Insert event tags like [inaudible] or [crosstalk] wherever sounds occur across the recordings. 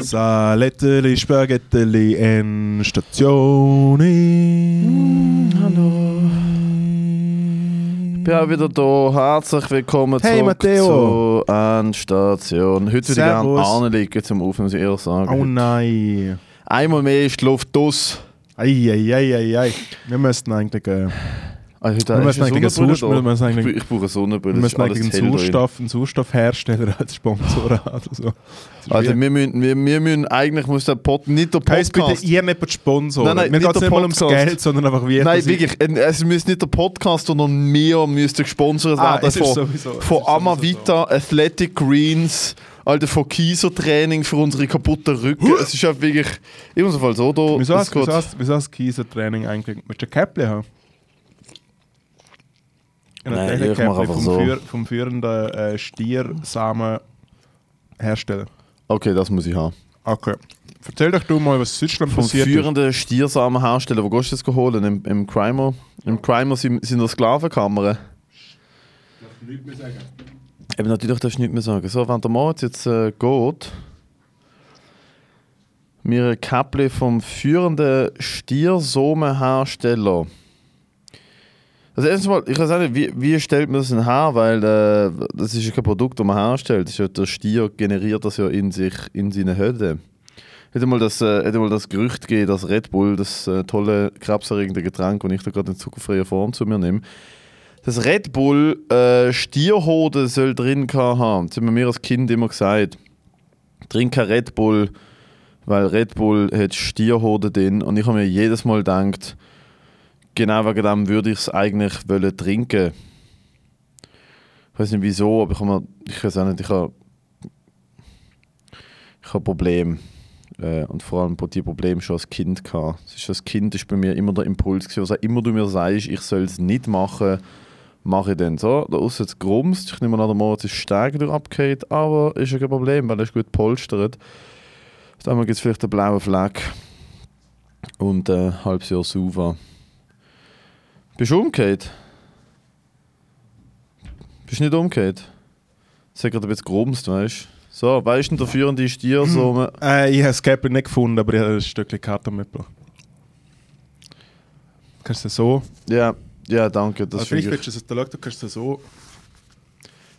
Saletteli, Spaghetteli, Endstation. Mm, hallo. Ich bin auch wieder da. Herzlich willkommen Hey, zurück Matteo. zu Endstation. Heute würde ich gerne Servus. anliegen zum Auf, muss ich ehrlich sagen. Oh nein. Einmal mehr ist die Luft aus. Eieieiei. Wir müssten eigentlich, äh, Ah, heute wir hast müssen du eine eigentlich, einen, Sonnenbrille Sauerstoff, wir da. müssen Ich, eigentlich, brauche- ich brauche eine Sonnenbrille. wir das ist müssen alles eigentlich einen, zu hell drin. Sauerstoff, einen Sauerstoffhersteller als Sponsor haben. Oder so. Das ist Also, schwierig. wir müssen, wir, wir müssen, eigentlich muss der Pod, nicht der Heißt bitte, Podcast. ihr nehmt die Sponsoren. Nein, nein, Mir nicht geht es der nicht mal ums Podcast. Geld, sondern einfach wie... Nein, dass ich- wirklich, es müsste nicht der Podcast, sondern wir müssten gesponsert Ah, werden es ist von, sowieso- es von ist sowieso Amavita, Athletic Greens, Alter, von Kiesertraining für unsere kaputten Rücken. es ist halt wirklich, ich muss auf jeden Fall so da. Wieso es hast, geht- wieso hast, wieso hast du Kiesertraining eigentlich? Willst du ein Käppchen haben? Ein Nein, Athletenkäppchen ich mach einfach vom, so. Führ- vom führenden äh, Stiersamen herstellen. Okay, das muss ich haben. Okay. Erzähl doch du mal, was in Deutschland Vom passiert ist. führenden Stiersamenhersteller, wo gehst du das geholt? Im, im Crimer? Im Crimer sind, sind das Sklavenkammern. Eben natürlich darfst du nichts mehr sagen. So, wenn der Moritz jetzt äh, geht, mir ein Käppli vom führenden Stiersomenhersteller. Also erstens mal, ich weiß auch nicht, wie, wie stellt man das denn her, weil äh, das ist ja kein Produkt, das man herstellt. Das ist ja, der Stier generiert das ja in sich, in seine Höhle. Hätte mal das, äh, hätte mal das Gerücht gegeben, dass Red Bull, das äh, tolle krebserregende Getränk, das ich da gerade in zuckerfreier Form zu mir nehme, das Red Bull äh, Stierhode soll drin gehabt haben. Das haben wir mir als Kind immer gesagt. Trink kein Red Bull, weil Red Bull hat Stierhode drin. Und ich habe mir jedes Mal gedacht, genau wegen dem würde ich es eigentlich wollen trinken. Ich weiß nicht wieso, aber ich habe mir, ich weiß auch nicht, ich habe, ich habe ein Problem. Äh, und vor allem die Probleme schon als Kind gehabt. Es ist als Kind ist bei mir immer der Impuls gewesen, was auch immer du mir sagst, ich soll es nicht machen, mache ich dann so. Da aussen jetzt grumst, ich nehme an, der Moritz ist stark durch abgehört, aber ist ja kein Problem, weil er ist gut polstert. Dann gibt es vielleicht einen blauen Fleck und äh, ein halbes Jahr sauber. Bist du umgekehrt? Bist du nicht umgekehrt? Es hat gerade ein bisschen grumst, weißt du? So, weißt du, denn, der führende Stier so. Äh, ich habe das Käppchen nicht gefunden, aber ich habe ein Stückchen Karte mitgebracht. Kannst du so? Ja, ja, danke. Das Also find vielleicht ich willst du es, schau, du kannst es so.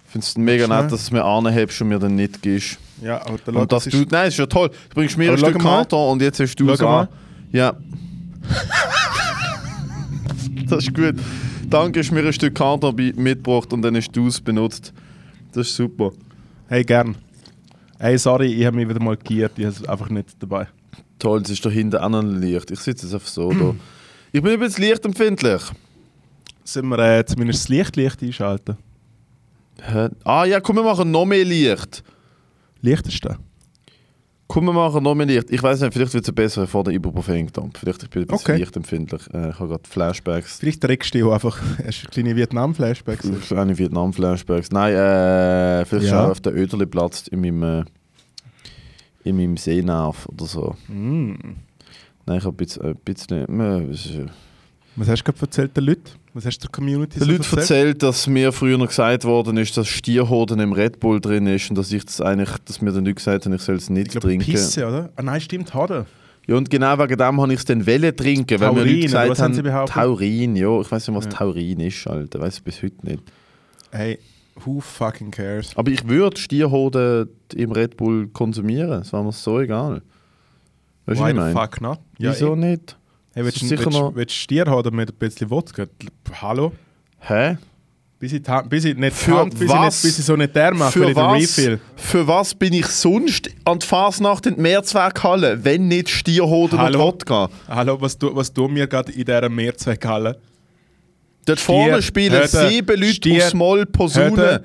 finde es mega Schnell. nett, dass du es mir anhebst und mir dann nicht gibst. Ja, aber der Und dass du. Nein, es ist ja toll. Du bringst mir Aber ein Stück schau mal. Karton und jetzt hast du Schau es an. mal. Ja. [laughs] das ist gut. Danke, hast du mir ein Stück Karton bei- mitgebracht und dann hast du es benutzt. Das ist super. Hey, gern. Hey, sorry, ich habe mich wieder mal geirrt, ich habe es einfach nicht dabei. Toll, es ist da hinten auch noch ein Licht. Ich sitze jetzt einfach so [clears throat] da. Ich bin übrigens lichtempfindlich. Sind wir äh, zumindest das Licht, Licht einschalten? Hä? Ah ja, komm, wir machen noch mehr Licht. Licht ist da. Komm, wir machen noch mehr Licht. Ich weiß nicht, vielleicht wird es besser vor der Ibuprofen gedammt. Vielleicht ich bin ich ein bisschen Okay. lichtempfindlich. Äh, ich habe gerade Flashbacks. Vielleicht regst du dich auch einfach. [laughs] Hast du kleine Vietnam-Flashbacks? Eine Vietnam-Flashbacks. Nein, äh, vielleicht Ja. schon auf der Öderli-Platz in meinem, äh, in meinem Sehnerv oder so. Mm. Nein, ich habe ein bisschen. Ein bisschen äh, es ist, äh, Was hast du gerade erzählt den Leuten? Was hast du der Community den Leuten erzählt, dass mir früher noch gesagt worden ist, dass Stierhoden im Red Bull drin ist und dass ich das eigentlich, dass mir dann nicht gesagt haben, ich soll es nicht Ich glaube, trinken. Pisse, oder? Ah nein, stimmt, Haare. Ja, und genau wegen dem habe ich es dann wollen trinken, weil Taurin, mir Leute oder gesagt was haben sie haben, behauptet? Taurin, ja, ich weiß nicht, was Ja. Taurin ist, Alter, weiß ich bis heute nicht. Hey, who fucking cares? Aber ich würde Stierhoden im Red Bull konsumieren, es war mir so egal. Weißt du, was Why ich the meine? fuck eh. not? Wieso ich- nicht? Hey, willst, ist du- sicher willst, noch- willst du Stier haben oder mit ein bisschen Wodka? Hallo? Hä? Bis ich, die Hand- bis ich nicht die Für Hand, bis was? Ich nicht, bis ich so nicht der mache, weil Für ich den was, Refill. für was bin ich sonst an die Fasnacht in die Mehrzweckhalle, wenn nicht Stierhoden und Hallo? Wodka? Hallo, was tun was tu wir gerade in dieser Mehrzweckhalle? Dort Stier, vorne spielen Höde, sieben Leute Stier, aus Moll Posaune. Höde,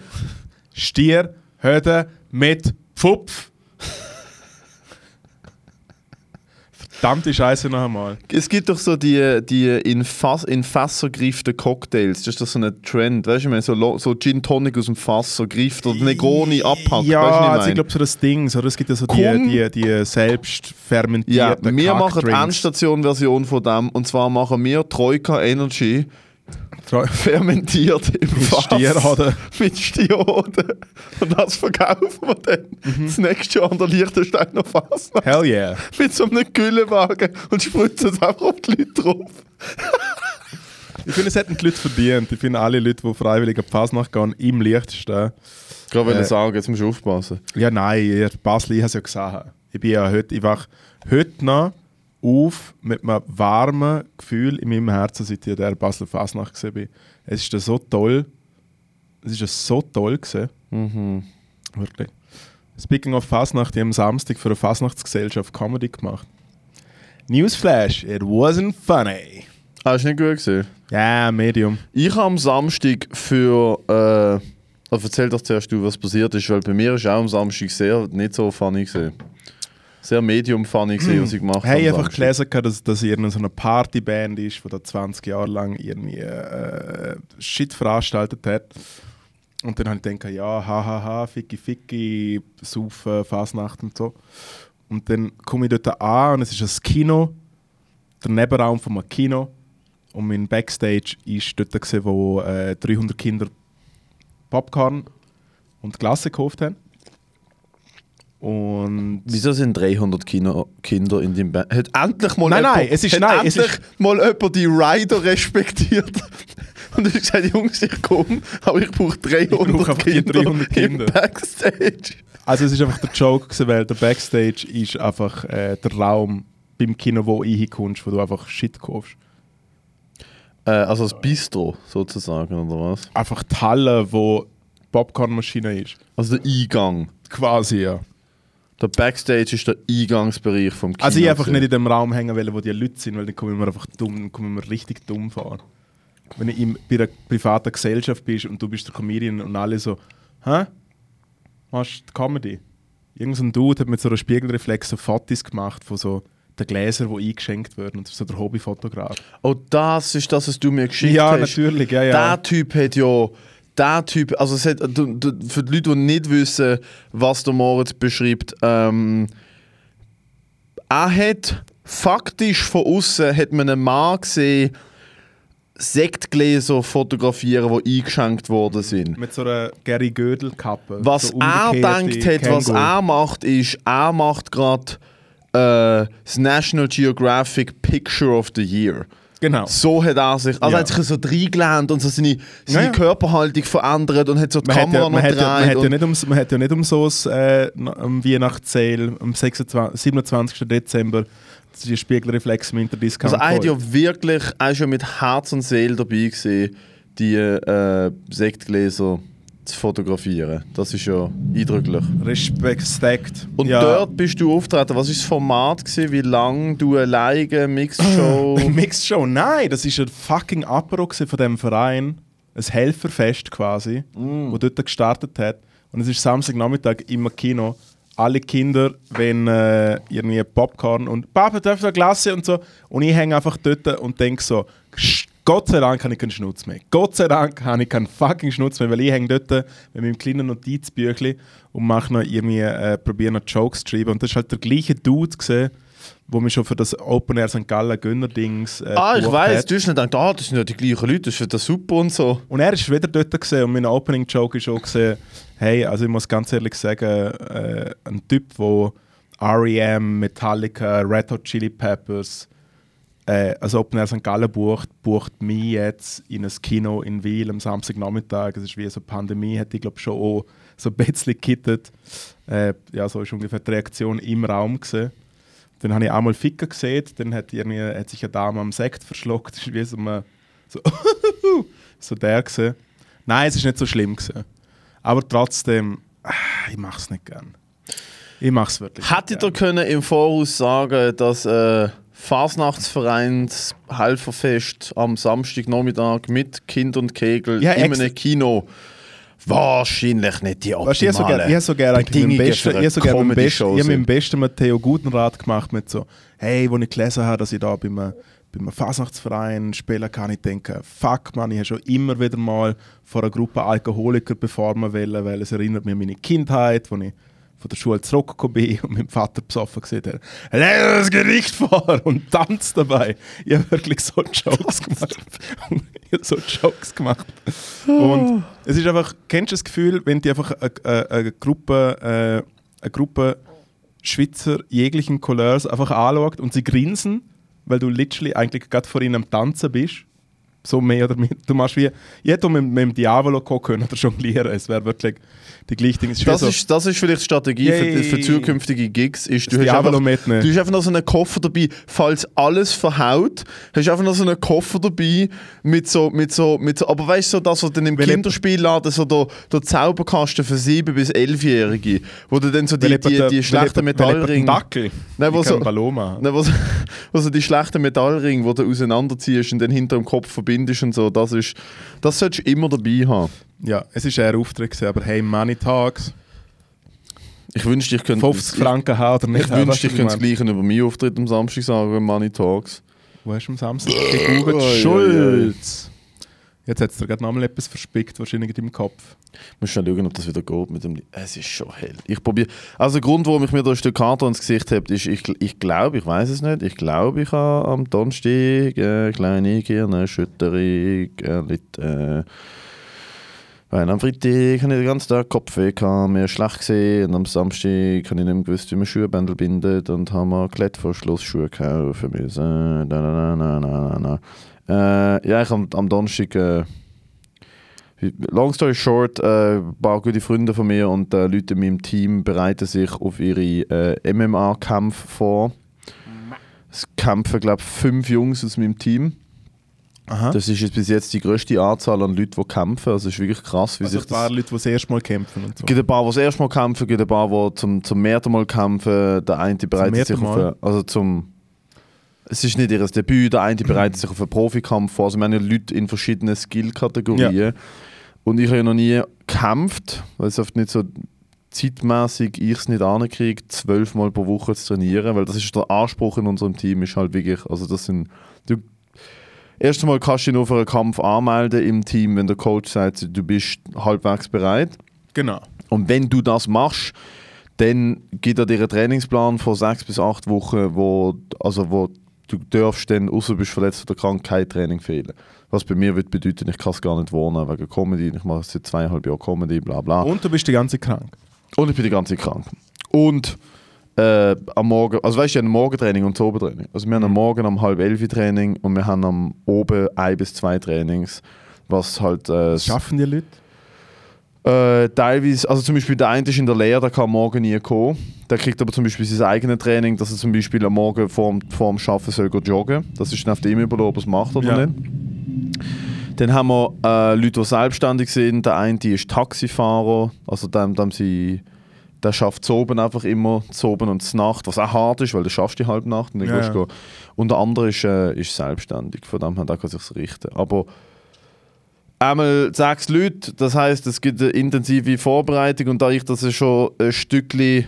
Stier, Höde mit Pfupf. Verdammte Scheiße noch einmal. Es gibt doch so die, die in, Fass, in Fässer gerifften Cocktails. Das ist doch so ein Trend. Weißt du, ich meine, so, Lo- so Gin Tonic aus dem Fass so grifft oder Negroni abpackt. Ja, weißt du, was also ich ich meine? glaube so das Ding, so, es gibt ja so Komm. die, die, die selbst Ja, fermentierten wir machen die Kackdrinks. Endstation-Version von dem. Und zwar machen wir Troika Energy Tra- Fermentiert im Fass. Stierhoden. [laughs] Mit Stierhoden. Und das verkaufen wir dann das nächste Jahr an der Liechtensteiner Fass. Hell yeah. Mit so einem Güllewagen und spritzen es einfach auf die Leute drauf. Ich finde, es hätten die Leute verdient. Ich finde, alle Leute, die freiwillig an die Fasnacht gehen, im Licht stehen. Gerade wenn Äh. ich sage, jetzt musst du aufpassen. Ja, nein, ihr Basel, ich habe es ja gesehen. Ich bin ja heute, ich wach heute noch auf mit einem warmen Gefühl in meinem Herzen, seit ich an der Basler Fasnacht gesehen bin. Es ist so toll. Es ist so toll gesehen. Wirklich. Speaking of Fasnacht, ich habe am Samstag für eine Fasnachtsgesellschaft Comedy gemacht. Newsflash, it wasn't funny. Ah, ist nicht gut gesehen. Ja, Medium. Ich habe am Samstag für. Äh, also erzähl doch zuerst du, was passiert ist, weil bei mir ist auch am Samstag sehr nicht so funny gesehen. Sehr medium funny gesehen, was ich gemacht habe. Hey, am einfach Samstag. gelesen, gehabt, dass, dass ihr so eine Partyband ist, die da 20 Jahre lang irgendwie äh, Shit veranstaltet hat. Und dann habe ich gedacht, ja, hahaha, ficki ficki, saufen, Fasnacht und so. Und dann komme ich dort an und es ist ein Kino, der Nebenraum von einem Kino. Und mein Backstage ist dort, gewesen, wo äh, 300 Kinder Popcorn und Glasse gekauft haben. Und Wieso sind 300 Kino Kinder in dem Band? Hat endlich mal Nein, jemand, nein, es ist- hat nein, es endlich mal jemand die Rider respektiert. [laughs] Und ich gesagt, Jungs, ich komme, aber ich brauche 300 Ich brauche einfach die Kinder, 300 Kinder. im Backstage. Also es ist einfach der Joke gewesen, weil der Backstage ist einfach äh, der Raum beim Kino, wo du hinkommst, wo du einfach Shit kaufst. Äh, also das Bistro sozusagen, oder was? Einfach die Halle, wo die Popcornmaschine ist. Also der Eingang. Quasi, ja. Der Backstage ist der Eingangsbereich vom Kino. Also ich einfach gewesen. nicht in dem Raum hängen wollen, wo die Leute sind, weil dann komme ich mir einfach dumm, dann komme ich mir richtig dumm vor. Wenn ich im, bei einer privaten Gesellschaft bist und du bist der Comedian und alle so, hä? Machst du Comedy? Irgend so ein Dude hat mit so einer Spiegelreflex so Fotos gemacht von so den Gläsern, die eingeschenkt werden und so der Hobbyfotograf. Oh, das ist das, was du mir geschickt Ja, hast. natürlich, ja, ja. Der Typ hat ja. Der Typ, also es hat, du, du, für die Leute, die nicht wissen, was der Moritz beschreibt, ähm, er hat faktisch von außen hat man einen Mann gesehen, Sektgläser fotografieren, die eingeschenkt worden sind. Mit so einer Gary Gödel-Kappe. Was so er umgekehrte denkt hat, was Känguru. er macht, ist, er macht gerade äh, das National Geographic Picture of the Year. Genau. So hat er sich, also Ja. hat sich so reingelernt und so seine, Ja, seine ja. Körperhaltung verändert und hat so die Man hat, Kamera ja, noch man, hat ja, man, hat ja gedreht. nicht um, man hat ja nicht umsonst äh, am Weihnachtszähl am 26, 27. Dezember die Spiegelreflex im Interdiscount Also er hat geholt. ja wirklich, er ist ja mit Herz und Seele dabei gewesen, die äh, Sektgläser zu fotografieren. Das ist ja eindrücklich. Respekt. Und ja. dort bist du auftreten. Was war das Format? Gewesen? Wie lange du alleine Mixshow... [laughs] Mixed Show, nein, das war ein fucking Apero gewesen von dem Verein. Ein Helferfest quasi, wo dort gestartet hat. Und es ist Samstagnachmittag im Kino. Alle Kinder, wenn äh, irgendwie Popcorn und Papa darf da Glasse und so. Und ich hänge einfach dort und denke so, «Sch- Gott sei Dank habe ich keinen Schnutz mehr. Gott sei Dank habe ich keinen fucking Schnutz mehr, weil ich hänge dort mit meinem kleinen Notizbüchli und mache noch irgendwie, äh, probiere noch Jokes zu schreiben. Und das ist halt der gleiche Dude gesehen, wo mich schon für das Open Air St. Gallen Gönner-Dings. Äh, Ah, ich gebucht weiß, hat. du hast nicht gedacht, ah, das sind ja die gleichen Leute, das ist ja das super und so. Und er war wieder dort gewesen, und mein Opening-Joke war auch, gewesen, hey, also ich muss ganz ehrlich sagen, äh, ein Typ, der R.E.M., Metallica, Red Hot Chili Peppers, äh, als Open Air St. Gallen bucht, bucht mich jetzt in ein Kino in Wiel am Samstagnachmittag. Es ist wie so eine Pandemie, hätte ich glaube schon auch so ein bisschen gekittet. Äh, ja, so ist ungefähr die Reaktion im Raum gesehen. Dann habe ich einmal Ficker gesehen, dann hat, irgendwie, hat sich eine Dame am Sekt verschluckt. [laughs] Das ist wie so, eine, so, [laughs] so der gesehen. Nein, es ist nicht so schlimm gewesen. Aber trotzdem, ah, ich mache es nicht gern. Ich mache es wirklich. nicht Hättet ihr gern. können im Voraus sagen, dass äh, Fasnachtsvereins Helferfest am Samstagnachmittag mit Kind und Kegel Ja, in ex- einem Kino wahrscheinlich nicht die Weißt du, ich habe so gerne- ich optimale hab so gerne eigentlich meinen Bedingungen besten, für ich eine hab so gerne meinen besten, Comedy-Show ich hab meinen sind. besten Matteo Gutenrat gemacht mit so, hey, wo ich gelesen habe, dass ich da bei einem, bei einem Fasnachtsverein spielen kann, ich denke, fuck man, ich habe schon immer wieder mal vor einer Gruppe Alkoholiker performen wollen, weil es erinnert mich an meine Kindheit, wo ich von der Schule zurückgekommen bin und mein Vater besoffen gesehen hat, er lese das Gericht vor und tanzt dabei. Ich habe wirklich so Jokes [laughs] gemacht. ich habe so Jokes gemacht. Mm. Und es ist einfach, kennst du das Gefühl, wenn die einfach eine, eine, eine Gruppe, äh, eine Gruppe Schweizer jeglichen Couleurs einfach anschaut und sie grinsen, weil du literally eigentlich gerade vor ihnen am Tanzen bist? so mehr oder minder. Du machst wie, jeder mit, mit dem Diavolo gucken oder jonglieren. Es wäre wirklich die gleiche Ding. Es ist wie Das, so, ist, das ist vielleicht die Strategie für, Yay. für zukünftige Gigs. Ist, du, Das hast Diabolo einfach, mitnehmen. du hast einfach noch so einen Koffer dabei, falls alles verhaut, hast du einfach noch so einen Koffer dabei mit so, mit so, mit so aber weißt du, so das, was dann im Weil- Kinderspielladen so der, der Zauberkasten für 7- bis 11-Jährige, wo du dann so die, weil jemand- die, weil die jemand- schlechten weil jemand einen Metallringe... Dackel. Nein, Nein, wo wo so- Paloma. [laughs] Nein, was, was so die schlechten Metallringe, die du auseinanderziehst und dann hinter dem Kopf verbindest und so, das ist, das solltest du immer dabei haben. Ja, es ist eher ein Auftritt, gewesen, aber hey, Money Talks. Ich wünschte, ich könnte... 50 Franken haben oder nicht. Ich haben, wünschte, ich weißt du, könnte was das Gleiche über meinen Auftritt am Samstag sagen, wenn Money Talks. meine? Wo hast du am Samstag gegoogelt? Ui, ui, ui. Schulz. Jetzt hat es dir gerade nochmal etwas verspickt, wahrscheinlich in deinem Kopf. Muss schnell schauen, ob das wieder geht mit dem. Li- Es ist schon hell. Ich probiere. Also, der Grund, warum ich mir da ein Stück Karte ins Gesicht habe, ist, ich, ich glaube, ich weiß es nicht, ich glaube, ich habe am Donnerstag eine kleine Gehirnerschütterung erlitten. äh, Weil am Freitag habe ich den ganzen Tag Kopfweh, gehabt, mir schlecht gesehen und am Samstag habe ich nicht mehr gewusst, wie man Schuhbändel bindet und habe mir Klettverschlussschuhe kaufen müssen. Na, na, na, na, na, na. Äh, ja, ich habe am Donnerstag... Äh, Long story short, äh, ein paar gute Freunde von mir und äh, Leute in meinem Team bereiten sich auf ihre äh, MMA-Kämpfe vor. Es kämpfen, glaube ich, fünf Jungs aus meinem Team. Aha. Das ist jetzt bis jetzt die größte Anzahl an Leuten, die kämpfen. Also es ist wirklich krass, wie Also sich ein das... paar Leute, die das erste Mal kämpfen und so. Es gibt ein paar, die das erste Mal kämpfen, es gibt ein paar, die zum, zum mehrten Mal kämpfen. Der eine bereitet sich mehrten auf Mal? eine, also zum Es ist nicht ihr Debüt, der eine bereitet sich auf einen Profikampf vor. Also wir haben ja Leute in verschiedenen Skill-Kategorien. Und ich habe ja noch nie gekämpft, weil es oft nicht so zeitmäßig ich es nicht ankriege, zwölfmal pro Woche zu trainieren, weil das ist der Anspruch in unserem Team, ist halt wirklich, also das sind, du, erst einmal kannst du dich nur für einen Kampf anmelden im Team, wenn der Coach sagt, du bist halbwegs bereit. Genau. Und wenn du das machst, dann gibt er dir einen Trainingsplan von sechs bis acht Wochen, wo, also wo du darfst dann, außer du bist verletzt oder krank, kein Training fehlen. Was bei mir wird bedeuten, ich kann es gar nicht wohnen wegen Comedy. Ich mache seit zweieinhalb Jahren Comedy, bla bla. Und du bist die ganze krank. Und ich bin die ganze Zeit krank. Und äh, am Morgen, also weißt du, ich habe ein Morgentraining und ein Obertraining. Also wir haben am Morgen um halb elf Training und wir haben am oben ein bis zwei Trainings, was halt äh, Das schaffen die Leute? äh, teilweise, also zum Beispiel der eine ist in der Lehre, der kann morgen nie kommen. Der kriegt aber zum Beispiel sein eigenes Training, dass er zum Beispiel am Morgen vorm, vorm Arbeiten soll gehen joggen. Das ist dann auf dem überlassen, ob er es macht oder Ja. nicht. Dann haben wir äh, Leute, die selbstständig sind. Der eine ist Taxifahrer, also dem, dem sie, der schafft oben einfach immer, oben und zu Nacht, was auch hart ist, weil du schaffst die halbe Nacht und dann Ja, gehst du ja. gehen. Und der andere ist, äh, ist selbstständig, von dem her, der kann sich richten. Aber einmal sechs Leute, das heißt, es gibt eine intensive Vorbereitung und da ich das ja schon ein Stückchen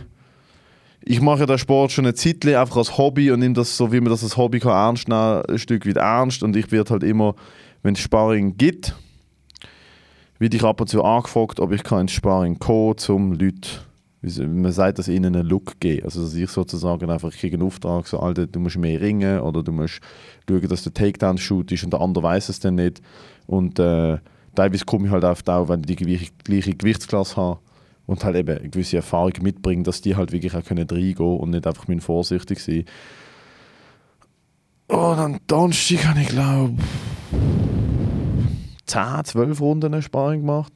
ich mache ja den Sport schon eine Zeit lang einfach als Hobby und nehme das so, wie man das als Hobby kann, ernst nehmen, ein Stück weit ernst. Und ich werde halt immer, wenn es Sparring gibt, werde ich ab und zu angefragt, ob ich kann ins Sparring kommen kann, um Leute, wie sie- man sagt, dass ihnen einen Look geben. Also dass ich sozusagen einfach, ich kriege einen Auftrag, so, Alter, du musst mehr ringen oder du musst schauen, dass der Takedown-Shoot ist und der andere weiß es dann nicht. Und äh, teilweise komme ich halt oft auch, wenn ich die gleiche, gleiche Gewichtsklasse habe und halt eben eine gewisse Erfahrung mitbringen, dass die halt wirklich auch können reingehen und nicht einfach müssen vorsichtig sein. Und am Donnerstag habe ich glaube 10, 12 Runden Sparring gemacht.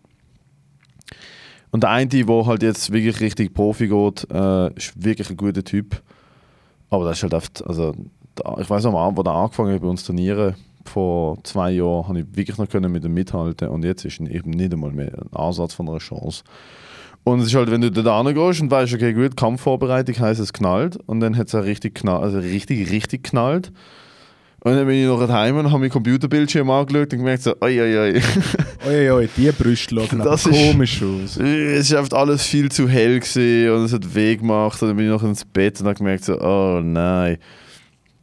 Und der eine, der halt jetzt wirklich richtig Profi geht, äh, ist wirklich ein guter Typ. Aber das ist halt oft, also da, ich weiß am Abend, wo der angefangen hat bei uns zu trainieren, vor zwei Jahren, habe ich wirklich noch können mit ihm mithalten und jetzt ist eben nicht einmal mehr ein Ansatz von einer Chance. Und es ist halt, wenn du da gehst und weißt, okay, gut, Kampfvorbereitung heißt es knallt. Und dann hat es ja richtig knallt, also richtig, richtig knallt. Und dann bin ich noch daheim und habe meinen Computerbildschirm angeschaut und gemerkt so, oi, oi, oi. Uiui, die Brüste schauen aber Das ist- komisch aus. es ist einfach alles viel zu hell gewesen und es hat weh gemacht. Und dann bin ich noch ins Bett und habe gemerkt so, oh nein.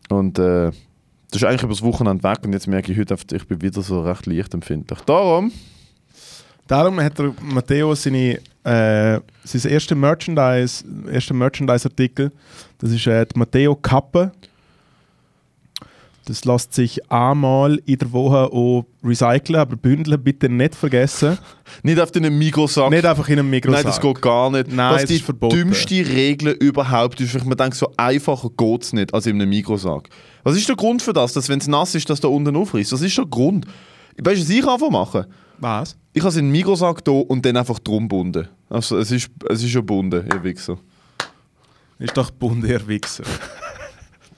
Und äh, das ist eigentlich übers Wochenende weg und jetzt merke ich heute, oft, ich bin wieder so recht lichtempfindlich. Darum, Darum hat der Matteo seine äh, sein erster Merchandise, erster Merchandise-Artikel, das ist äh, die Matteo Kappe. Das lässt sich einmal in der Woche auch recyceln, aber bündeln bitte nicht vergessen. Nicht auf den Mikrosack. Nicht einfach in einem Mikrosack. Nein, das geht gar nicht. Nein, das es die ist verboten. dümmste Regel überhaupt. Ist, man denkt, so einfacher geht es nicht als in einem Mikrosack. Was ist der Grund für das, dass wenn es nass ist, dass da unten aufreißt? Das ist der Grund. Weißt du, was ich einfach mache? Was? Ich habe es in den Mikrosack da und dann einfach drum bunden. Also es ist, es ist schon bunden, ihr Wichser. Ist doch Bund, ihr Wichser. [laughs]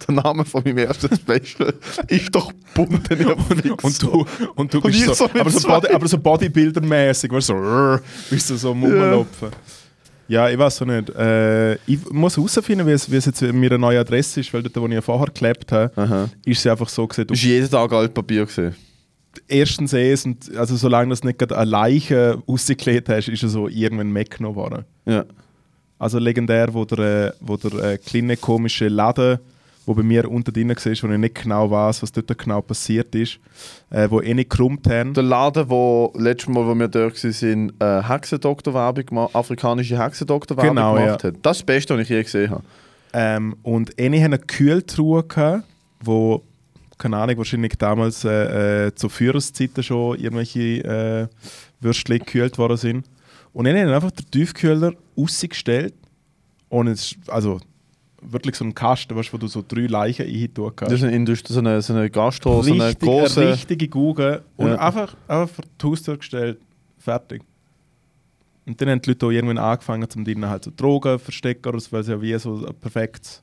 Der Name von meinem ersten Special [laughs] ist doch bunden, ihr Wichser. Und du, und du Und bist ich so, so mit aber, so zwei. Body, aber so Bodybuilder-mäßig, weißt du, so, rrr, bist du so am Ja. Rumlopfen. Ja, ich weiß auch nicht. Äh, ich muss herausfinden, wie es wie es jetzt mit einer neuen Adresse ist, weil dort, wo ich vorher geklebt habe, Aha. ist sie einfach so gesehen. Du, Ist jeden Tag Altpapier gesehen. erstens eh, sind, also solange das nicht gerade eine Leiche rausgelegt hast, ist es so irgendwann weggenommen worden. Ja. Also legendär, wo der, äh, wo der äh, kleine komische Laden, wo bei mir unter drin war, wo ich nicht genau weiß, was dort genau passiert ist, äh, wo eh nicht gekrummt haben. Der Laden, wo letztes Mal, wo wir da waren, äh, Hexendoktor-Werbung gemacht, afrikanische Hexendoktor-Werbung Genau, gemacht ja. hat. Das ist das Beste, was ich je gesehen habe. Ähm, und eine hatte eine Kühltruhe, gehabt, wo, keine Ahnung, wahrscheinlich damals äh, äh, zu Führerszeiten schon irgendwelche äh, Würstchen gekühlt worden sind. Und eine hat einfach den Tiefkühler rausgestellt. Und es ist, also wirklich so ein Kasten, weißt, du, wo du so drei Leichen rein tun Das ist kannst. eine Industrie, so eine, so eine Gastro, so eine Richtig, eine große. richtige Gugge. Und Ja. einfach, einfach vor die Haustür gestellt. Fertig. Und dann haben die Leute auch irgendwann angefangen, zum drinnen halt so Drogen verstecken, oder so, weil es ja wie so ein perfektes,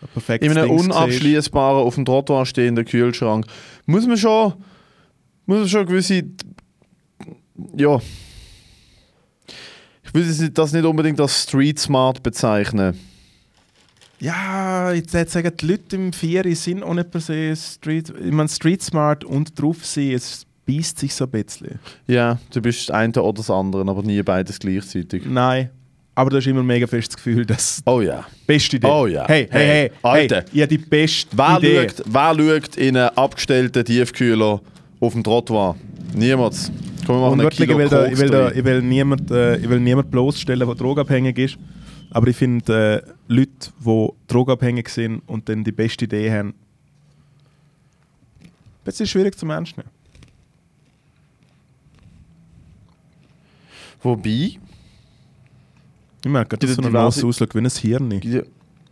ein perfektes In einem Ding war. unabschließbaren, auf dem Trottoir stehenden Kühlschrank. Muss man schon. Muss man schon gewisse. Ja. Ich will das nicht- das nicht unbedingt als Street Smart bezeichnen. Ja, jetzt hätte ich sagen, die Leute im Vieri sind auch nicht per se Street, ich meine, Street Smart und drauf sind, es beißt sich so ein bisschen. Ja, du bist das eine oder das andere, aber nie beides gleichzeitig. Nein. Aber du hast immer mega fest das Gefühl, dass Oh ja. beste Idee. Oh ja. Hey, hey, hey, Hey, hey, Alter. ich habe die beste Wer Idee. schaut, wer schaut in einen abgestellten Tiefkühler auf dem Trottoir? Niemals. Komm, wir machen Und einen wirklich, ich Kilo will, da, ich, Koks will da, rein. ich will niemand, äh, ich will niemand bloßstellen, der drogabhängig ist. Aber ich finde, äh, Leute, die drogabhängig sind und dann die beste Idee haben, das ist schwierig zu Menschen. Wobei, Ich merke, das Die- ist so ein die Maus Vase- aussieht wie ein Hirn.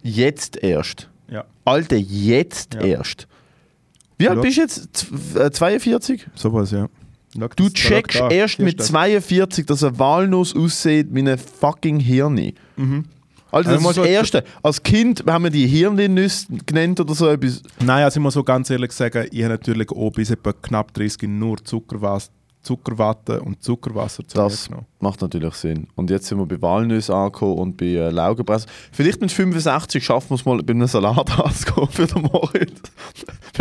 jetzt erst. Ja, Alter, jetzt Ja. erst. Wie alt Schau. bist du jetzt? Z- äh, 42? sowas, ja. Schau, Du das- schau checkst da, erst hier mit steht's. 42, dass eine Walnuss aussieht wie eine fucking Hirni. Alter, das Also ist das muss- Erste. Als Kind haben wir die Hirnnüsse genannt oder so etwas. Nein, also ich muss so ganz ehrlich sagen, ich habe natürlich auch bis etwa knapp 30 nur Zuckerwas Zuckerwatte und Zuckerwasser zu mir Das genommen. macht natürlich Sinn. Und jetzt sind wir bei Walnüsse angekommen und bei äh, Laugenpresse. Vielleicht mit 65 schaffen wir es mal bei einem Salat [laughs] anzukommen für den Moritz.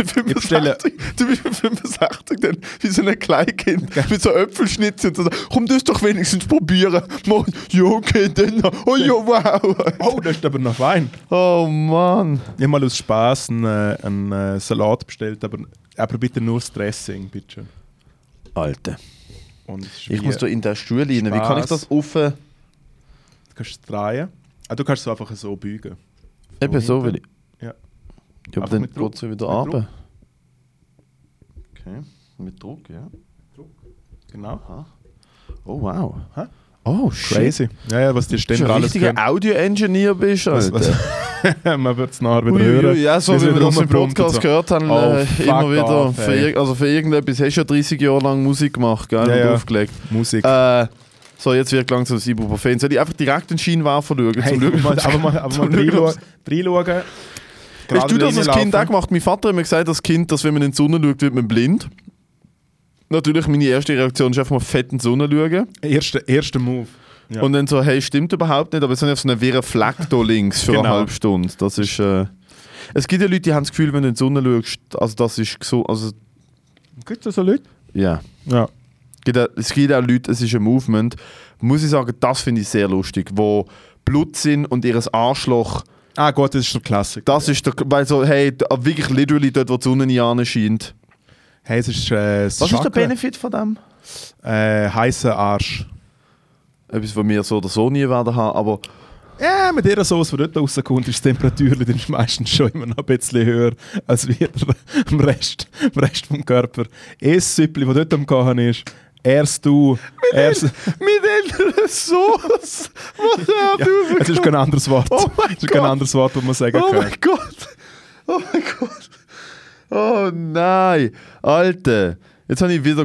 [laughs] bei bestelle- 65, du bist bei 65 dann wie so ein Kleinkind mit so Äpfelschnitzen. und so. Komm, das doch wenigstens probieren. Moritz, ja okay, dann. Oh ja, wow. Oh, das ist aber noch Wein. Oh Mann. Ich habe mal aus Spaß einen, äh, einen äh, Salat bestellt, aber, aber bitte nur das Dressing, bitte. Alter. Und es ist Ich wie- muss da in den Stuhl rein. Wie kann ich das äh, offen... Du kannst es drehen. Ah, du kannst es einfach so beugen. Eben so, weil ich... Ja. Ja, aber Einfach dann mit Druck. geht sie wieder Mit runter. Okay, mit Druck, ja. Genau. Oh, wow. Hä? Oh, shit. Crazy. Ja, ja, was die Du bist Stände ein alles richtiger können. Audio-Engineer bist, Was, Alter. [laughs] was? Man wird es nachher wieder Ui, ui, hören. ui, ja, so wie's wie wir wieder das im rumbrummt und Podcast so. gehört haben, Oh, äh, fuck immer wieder. off, für, ey. irg- also für irgendetwas hast du ja 30 Jahre lang Musik gemacht, gell, Ja, und ja. aufgelegt. Musik. Äh, so, jetzt wird langsam das Ibuprofen. Soll ich einfach direkt den Scheinwerfer schauen? Hey, Schauen, mal, [laughs] ob's- aber [laughs] mal, aber mal zum Glück, reinschauen. ob's- reinschauen. Hast du Gerade das als reinlaufen. Kind auch gemacht? Mein Vater hat mir gesagt, als Kind, dass wenn man in die Sonne schaut, wird man blind. Natürlich, meine erste Reaktion ist einfach mal fett in die Sonne schauen. Erster erste Move. Ja. Und dann so, hey, stimmt überhaupt nicht, aber es sind auf so einen wirren Fleck da links für eine Genau. halbe Stunde. Das ist. Äh, es gibt ja Leute, die haben das Gefühl, wenn du in die Sonne schaust, also das ist so. Also, Gibt es so Leute? ja. Ja. Es gibt auch- Es gibt auch Leute, es ist ein Movement. Muss ich sagen, das finde ich sehr lustig, wo Blut sind und ihres Arschloch. Ah, gut, das ist der Klassiker. Das ist der. Weil so, hey, d- wirklich literally dort, wo die Sonne nicht anscheint. Hey, es ist äh, das Was ist der Chakra. Benefit von dem? Äh, heißer Arsch. Etwas, was wir so oder so nie werden haben, aber Ja, mit dieser Sauce, die dort rauskommt, ist die Temperatur dann ist meistens schon immer noch ein bisschen höher als wieder am [laughs] Rest, am Rest vom Körper. Es Süppli, das dort am Kochen ist, erst du, erst... mit älterer Sauce, was er Ja, [laughs] es ist kein anderes Wort. Oh mein es ist kein Gott. anderes Wort, das man sagen Oh kann. mein Gott! Oh mein Gott! Oh nein! Alter! Jetzt habe ich wieder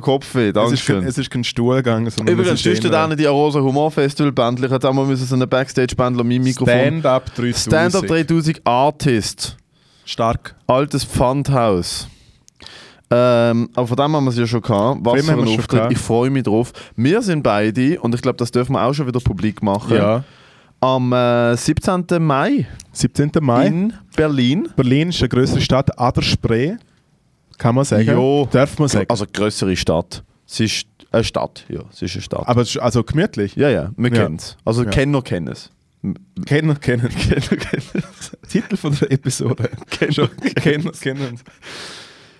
Es Kopfweh, ist, kein, dankeschön. es ist kein Stuhlgang, sondern Übrigens, es ist sonst eher eine die Arosa Humor Festival Bandler hat auch mal müssen so einen Backstage Bandler mein Mikrofon. Stand-up 3000. Stand-up 3000 Artist. Stark. Altes Pfandhaus. Ähm, aber von dem haben wir es ja schon gehabt. Was Von dem für haben wir ein es schon Auftritt. gehabt. Ich freue mich drauf. Wir sind beide, und ich glaube, das dürfen wir auch schon wieder publik machen, Ja. am äh, 17. Mai 17. Mai. in Berlin. Berlin ist eine größere Stadt, an der Spree. Kann man sagen. Jo. Darf man sagen. Also größere Stadt. Es ist eine Stadt, ja. Es ist eine Stadt. Aber es ist also gemütlich. ja, ja, wir Ja. kennen es. Also Ja. kennen kennen es. Kennen, kennen, [laughs] kennen, kennen. Titel von der Episode. Schon. Kennen, kennen.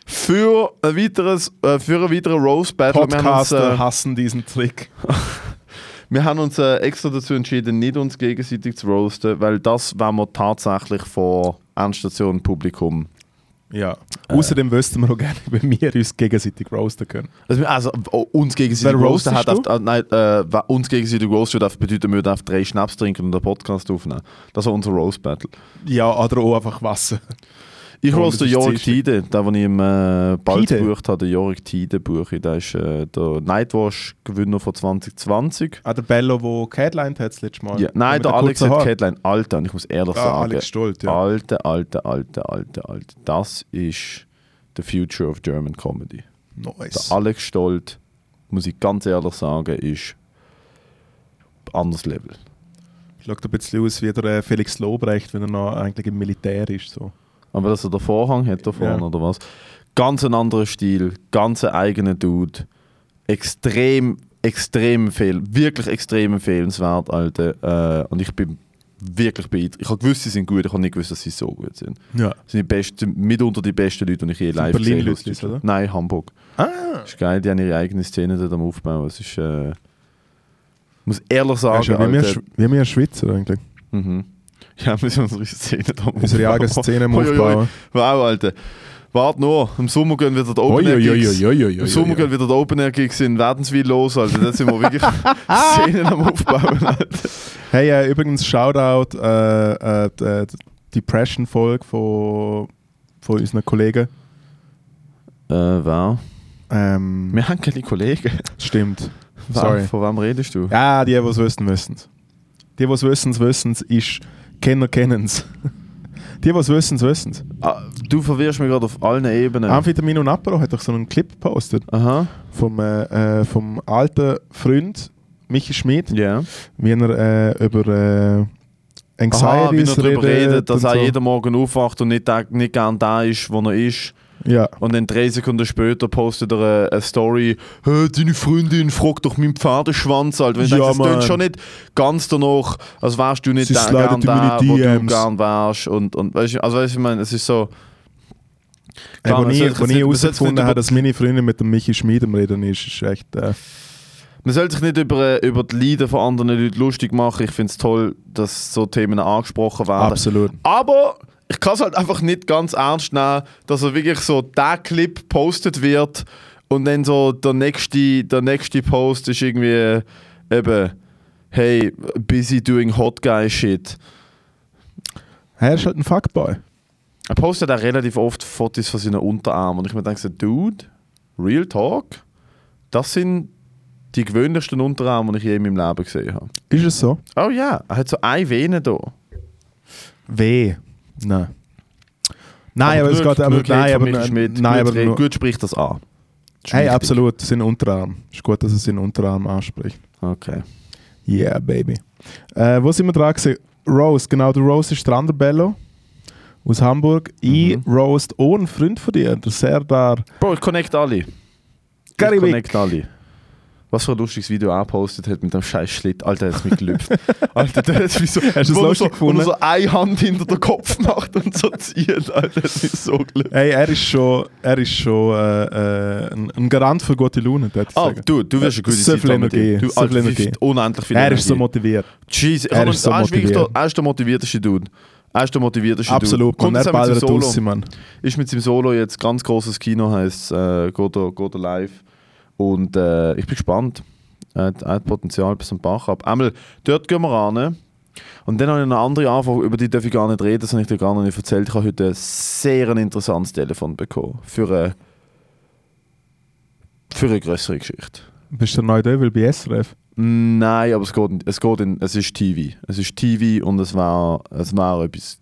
Für ein weiteres, äh, für ein weiteren Rose Battle. wir haben uns, Podcaster äh, hassen diesen Trick. Wir haben uns äh, extra dazu entschieden, nicht uns gegenseitig zu roasten, weil das wollen wir tatsächlich vor Endstation Publikum. Ja. Äh. Außerdem wüssten wir auch gerne, wie wir uns gegenseitig roasten können. Also, wir- also oh, uns gegenseitig Wer roasten hat, roastest auf, ah, nein, äh, wa- uns gegenseitig roasten darf bedeuten, wir dürfen drei Schnaps trinken und einen Podcast aufnehmen. Das ist unser Roast Battle. Ja, oder auch einfach Wasser. Ich Warum, roaste das ist Jorik Dienstag. Tide, den, den ich im äh, Bald Tide? gebucht habe, den Jorik Tide buche. ich. Der ist äh, der Nightwash-Gewinner von 2020. Ah, der Bello, der Catlined hat das letzte Mal. Ja. Nein, Mit der den Alex kurzen hat Haaren. Headline. Alter, und ich muss ehrlich Ah, sagen, Alex Stolt, ja. Alte, alte, alte, alte, alte. Das ist the future of German Comedy. Nice. Der Alex Stolt, muss ich ganz ehrlich sagen, ist anderes Level. Schaut ein bisschen aus wie der äh, Felix Lobrecht, wenn er noch eigentlich im Militär ist. So. Aber dass er den Vorhang hat da vorne Ja. oder was. Ganz ein anderer Stil, ganz ein eigener Dude. Extrem, extrem viel, wirklich extrem empfehlenswert, Alter. Äh, und ich bin wirklich beeindruckt. Ich habe gewusst, sie sind gut, ich habe nicht gewusst, dass sie so gut sind. Ja. Das sind die besten, mitunter die besten Leute, die ich je live Berlin gesehen habe. Leute, aus Deutschland. oder? Nein, Hamburg. Ah, Das ist geil, die haben ihre eigene Szene dort am Aufbauen. Es ist, äh, muss ehrlich sagen, ja, wie, wir, Alter, Sch- wie wir Schweizer eigentlich. mhm. ja, wir sind unsere Szene da [laughs] am Unsere eigene Szene am Oi, oi, oi. Aufbauen. Wow, Alter. Warte nur, im Sommer gehen wieder die Open Air Gigs. Im Sommer gehen Uiuiuiuiui. wieder die Open Air Gigs in Wärdenswil los, Alter. Da sind wir [laughs] wirklich Szenen am Aufbauen, Alter. Hey, äh, übrigens, Shoutout, äh, äh, die, äh, die Depression-Folge von, von unseren Kollegen. Äh, wow. Ähm, Wir haben keine Kollegen. Stimmt. Wow, Sorry. Von wem redest du? Ja, die, die es wissen, wissen es. Die, die es wissen, wissen es, ist Kenner kennen es. [laughs] Die, die es wissen, wissen es. Ah, du verwirrst mich gerade auf allen Ebenen. Amphetamin und Apero hat doch so einen Clip gepostet. Aha. vom, äh, äh, vom alten Freund Michi Schmidt, Ja. wie er äh, über äh, Aha, wie er Anxieties darüber redet, dass und er so. jeden Morgen aufwacht und nicht, da- nicht gern da ist, wo er ist. Ja, Und dann drei Sekunden später postet er äh, eine, eine Story: «Hä, Deine Freundin fragt doch meinen Pferdeschwanz. Alter. Wenn du Ja, denkst, das Mann. tönt schon nicht ganz danach, als wärst du nicht Sie da, slidet gern in meine da, wo du DMs. gern wärst. Und, und weißt du, also weißt du, ich meine, es ist so. äh, Klar, wo man ich, soll sich wo ich nicht- man soll sich herausgefunden nicht habe, über- dass meine Freundin mit dem Michi Schmidt am Reden ist, ist echt. Äh, Man soll sich nicht über, äh, über die Leiden von anderen Leuten lustig machen. Ich finde es toll, dass so Themen angesprochen werden. absolut. Aber ich kann es halt einfach nicht ganz ernst nehmen, dass er wirklich so der Clip postet wird und dann so der nächste, der nächste Post ist irgendwie äh, eben Hey, busy doing hot guy shit. Er ist halt ein Fuckboy. Er postet auch relativ oft Fotos von seinen Unterarmen und ich mir denke so, Dude, real talk, das sind die gewöhnlichsten Unterarme, die ich je in meinem Leben gesehen habe. Ist es so? Oh ja, er hat so eine Vene da. Weh. Nein. Nein, aber, es genug- geht aber, genug nein, Rede aber, von Michael nein, Schmidt, nein, gut, aber Rede- nur, gut spricht das an. Ist hey, wichtig. absolut, sein Unterarm. Ist gut, dass er seinen Unterarm anspricht. Okay. Yeah, baby. Äh, wo sind wir dran gewesen? Rose, genau, der Rose ist der andere Bello aus Hamburg. Ich Mhm. roast auch einen Freund von dir, der Serdar Bro, ich connect alle. Ich Karibik. connect alle. was für ein lustiges Video angepostet hat mit dem scheiß Schlitt. Alter, hat es mich [laughs] gelüpft. Alter, der hat mich so, du es wo er lustig so, wo gefunden? er so eine Hand hinter den Kopf macht und so zieht. Alter, hat mich so gelüpft. Ey, er ist schon, er ist schon äh, äh, ein, ein Garant für gute Laune, würde ich Ah, sagen. du, du wirst eine gute So Zeit viel haben mit ihm. Energie, Du, so Alter, viel du wirst Energie. unendlich viel er ist so Energie. motiviert. Jesus, Er ist so er, ist wirklich der, motiviert. er ist der motivierteste Dude. Er ist der motivierteste Absolut, Dude. und er jetzt auch mit seinem ballert Solo. raus, Mann. Ist mit seinem Solo jetzt ganz großes Kino, heißt äh, geht, er, geht er live. Und äh, ich bin gespannt. Er hat, er hat Potenzial bis zum Bach ab. Einmal, dort gehen wir ran. Und dann habe ich eine andere Anfrage, über die darf ich gar nicht reden, das habe ich dir gar noch nicht erzählt. Ich habe heute ein sehr ein interessantes Telefon bekommen. Für eine, für eine größere Geschichte. Bist du neu da, weil bei SRF? Nein, aber es geht, in- es geht in, es ist TV. Es ist TV und es war, es war etwas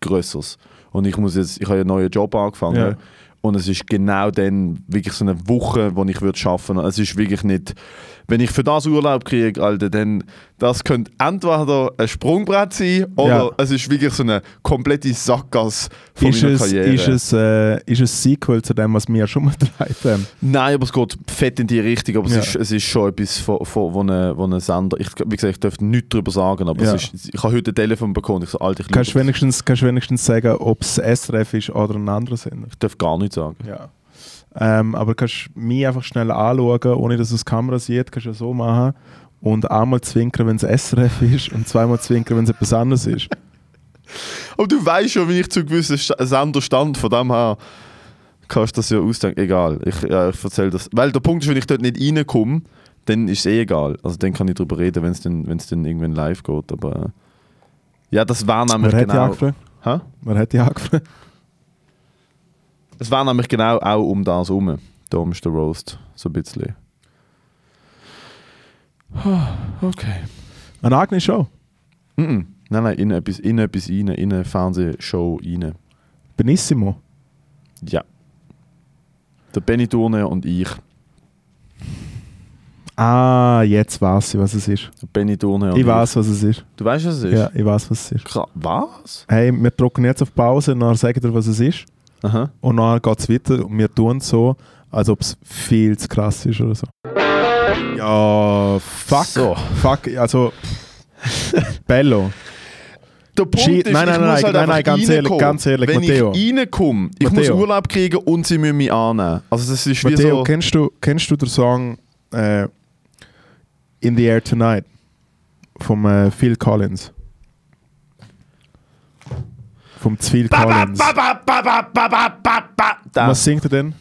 Größeres. Und ich muss jetzt, ich habe einen neuen Job angefangen Ja. und es ist genau dann wirklich so eine Woche, wo ich würde schaffen. Es ist wirklich nicht, wenn ich für das Urlaub kriege, Alter, dann das könnte entweder ein Sprungbrett sein oder Ja. es ist wirklich so eine komplette Sackgasse von Ist meiner es, Karriere. ist, es, äh, ist es Sequel zu dem, was wir schon mal [laughs] gezeigt haben? Nein, aber es geht fett in die Richtung, aber Ja. es, ist, es ist schon etwas von, von, von einem von einem Sender. Ich, wie gesagt, ich darf nichts darüber sagen, aber Ja. es ist, ich habe heute ein Telefon bekommen. Ich so, Alter, ich, Kannst du liebe das. wenigstens, kannst du wenigstens sagen, ob es SRF ist oder ein anderer Sender? ich darf gar nichts sagen. Ja. Ähm, aber kannst mich einfach schnell anschauen, ohne dass es die Kamera sieht, kannst du ja so machen. Und einmal zwinkern, wenn es SRF ist und zweimal zwinkern, wenn es etwas anderes ist. Aber du weißt schon, wie ich zu gewissen St- Sender stand, von dem her kannst du das ja ausdenken. Egal, ich, ja, ich erzähle das. Weil der Punkt ist, wenn ich dort nicht reinkomme, dann ist es eh egal. Also dann kann ich darüber reden, wenn es dann, wenn es dann irgendwann live geht. Aber äh, ja, das war nämlich Wer hat die [laughs] genau... angefragt? Hä? Wer hat die angefragt? Es war nämlich genau auch um das herum. Darum ist der Roast so ein bisschen. Okay. Eine eigene Show. Nein, nein, in etwas, in etwas rein, in eine Fernsehshow rein. Benissimo. Ja. Der Benny Turner und ich. Ah, jetzt weiß ich, was es ist. Der Benny Turner und Ich weiß, was es ist. Du weißt, was es ist? Ja, ich weiß, was es ist. Kra- Was? Hey, wir drücken jetzt auf Pause, dann sagt ihr, was es ist. Aha. Und dann geht es weiter und wir tun so, als ob es viel zu krass ist oder so. Ja, fuck. So. Fuck, also. Bello. Der Punkt Shit, ist, nein, nein, ich muss nein, halt nein, einfach nein, ganz ehrlich, reinkommen. ganz ehrlich, Wenn Matteo. ich reinkomme, ich Matteo. muss Urlaub kriegen und sie müssen mich annehmen. Also das ist wie Matteo, so... kennst, du, kennst du den Song äh, In the Air Tonight von äh, Phil Collins? Vom Phil Collins. Ba, ba, ba, ba, ba, ba, ba, ba. Da. Was singt er denn?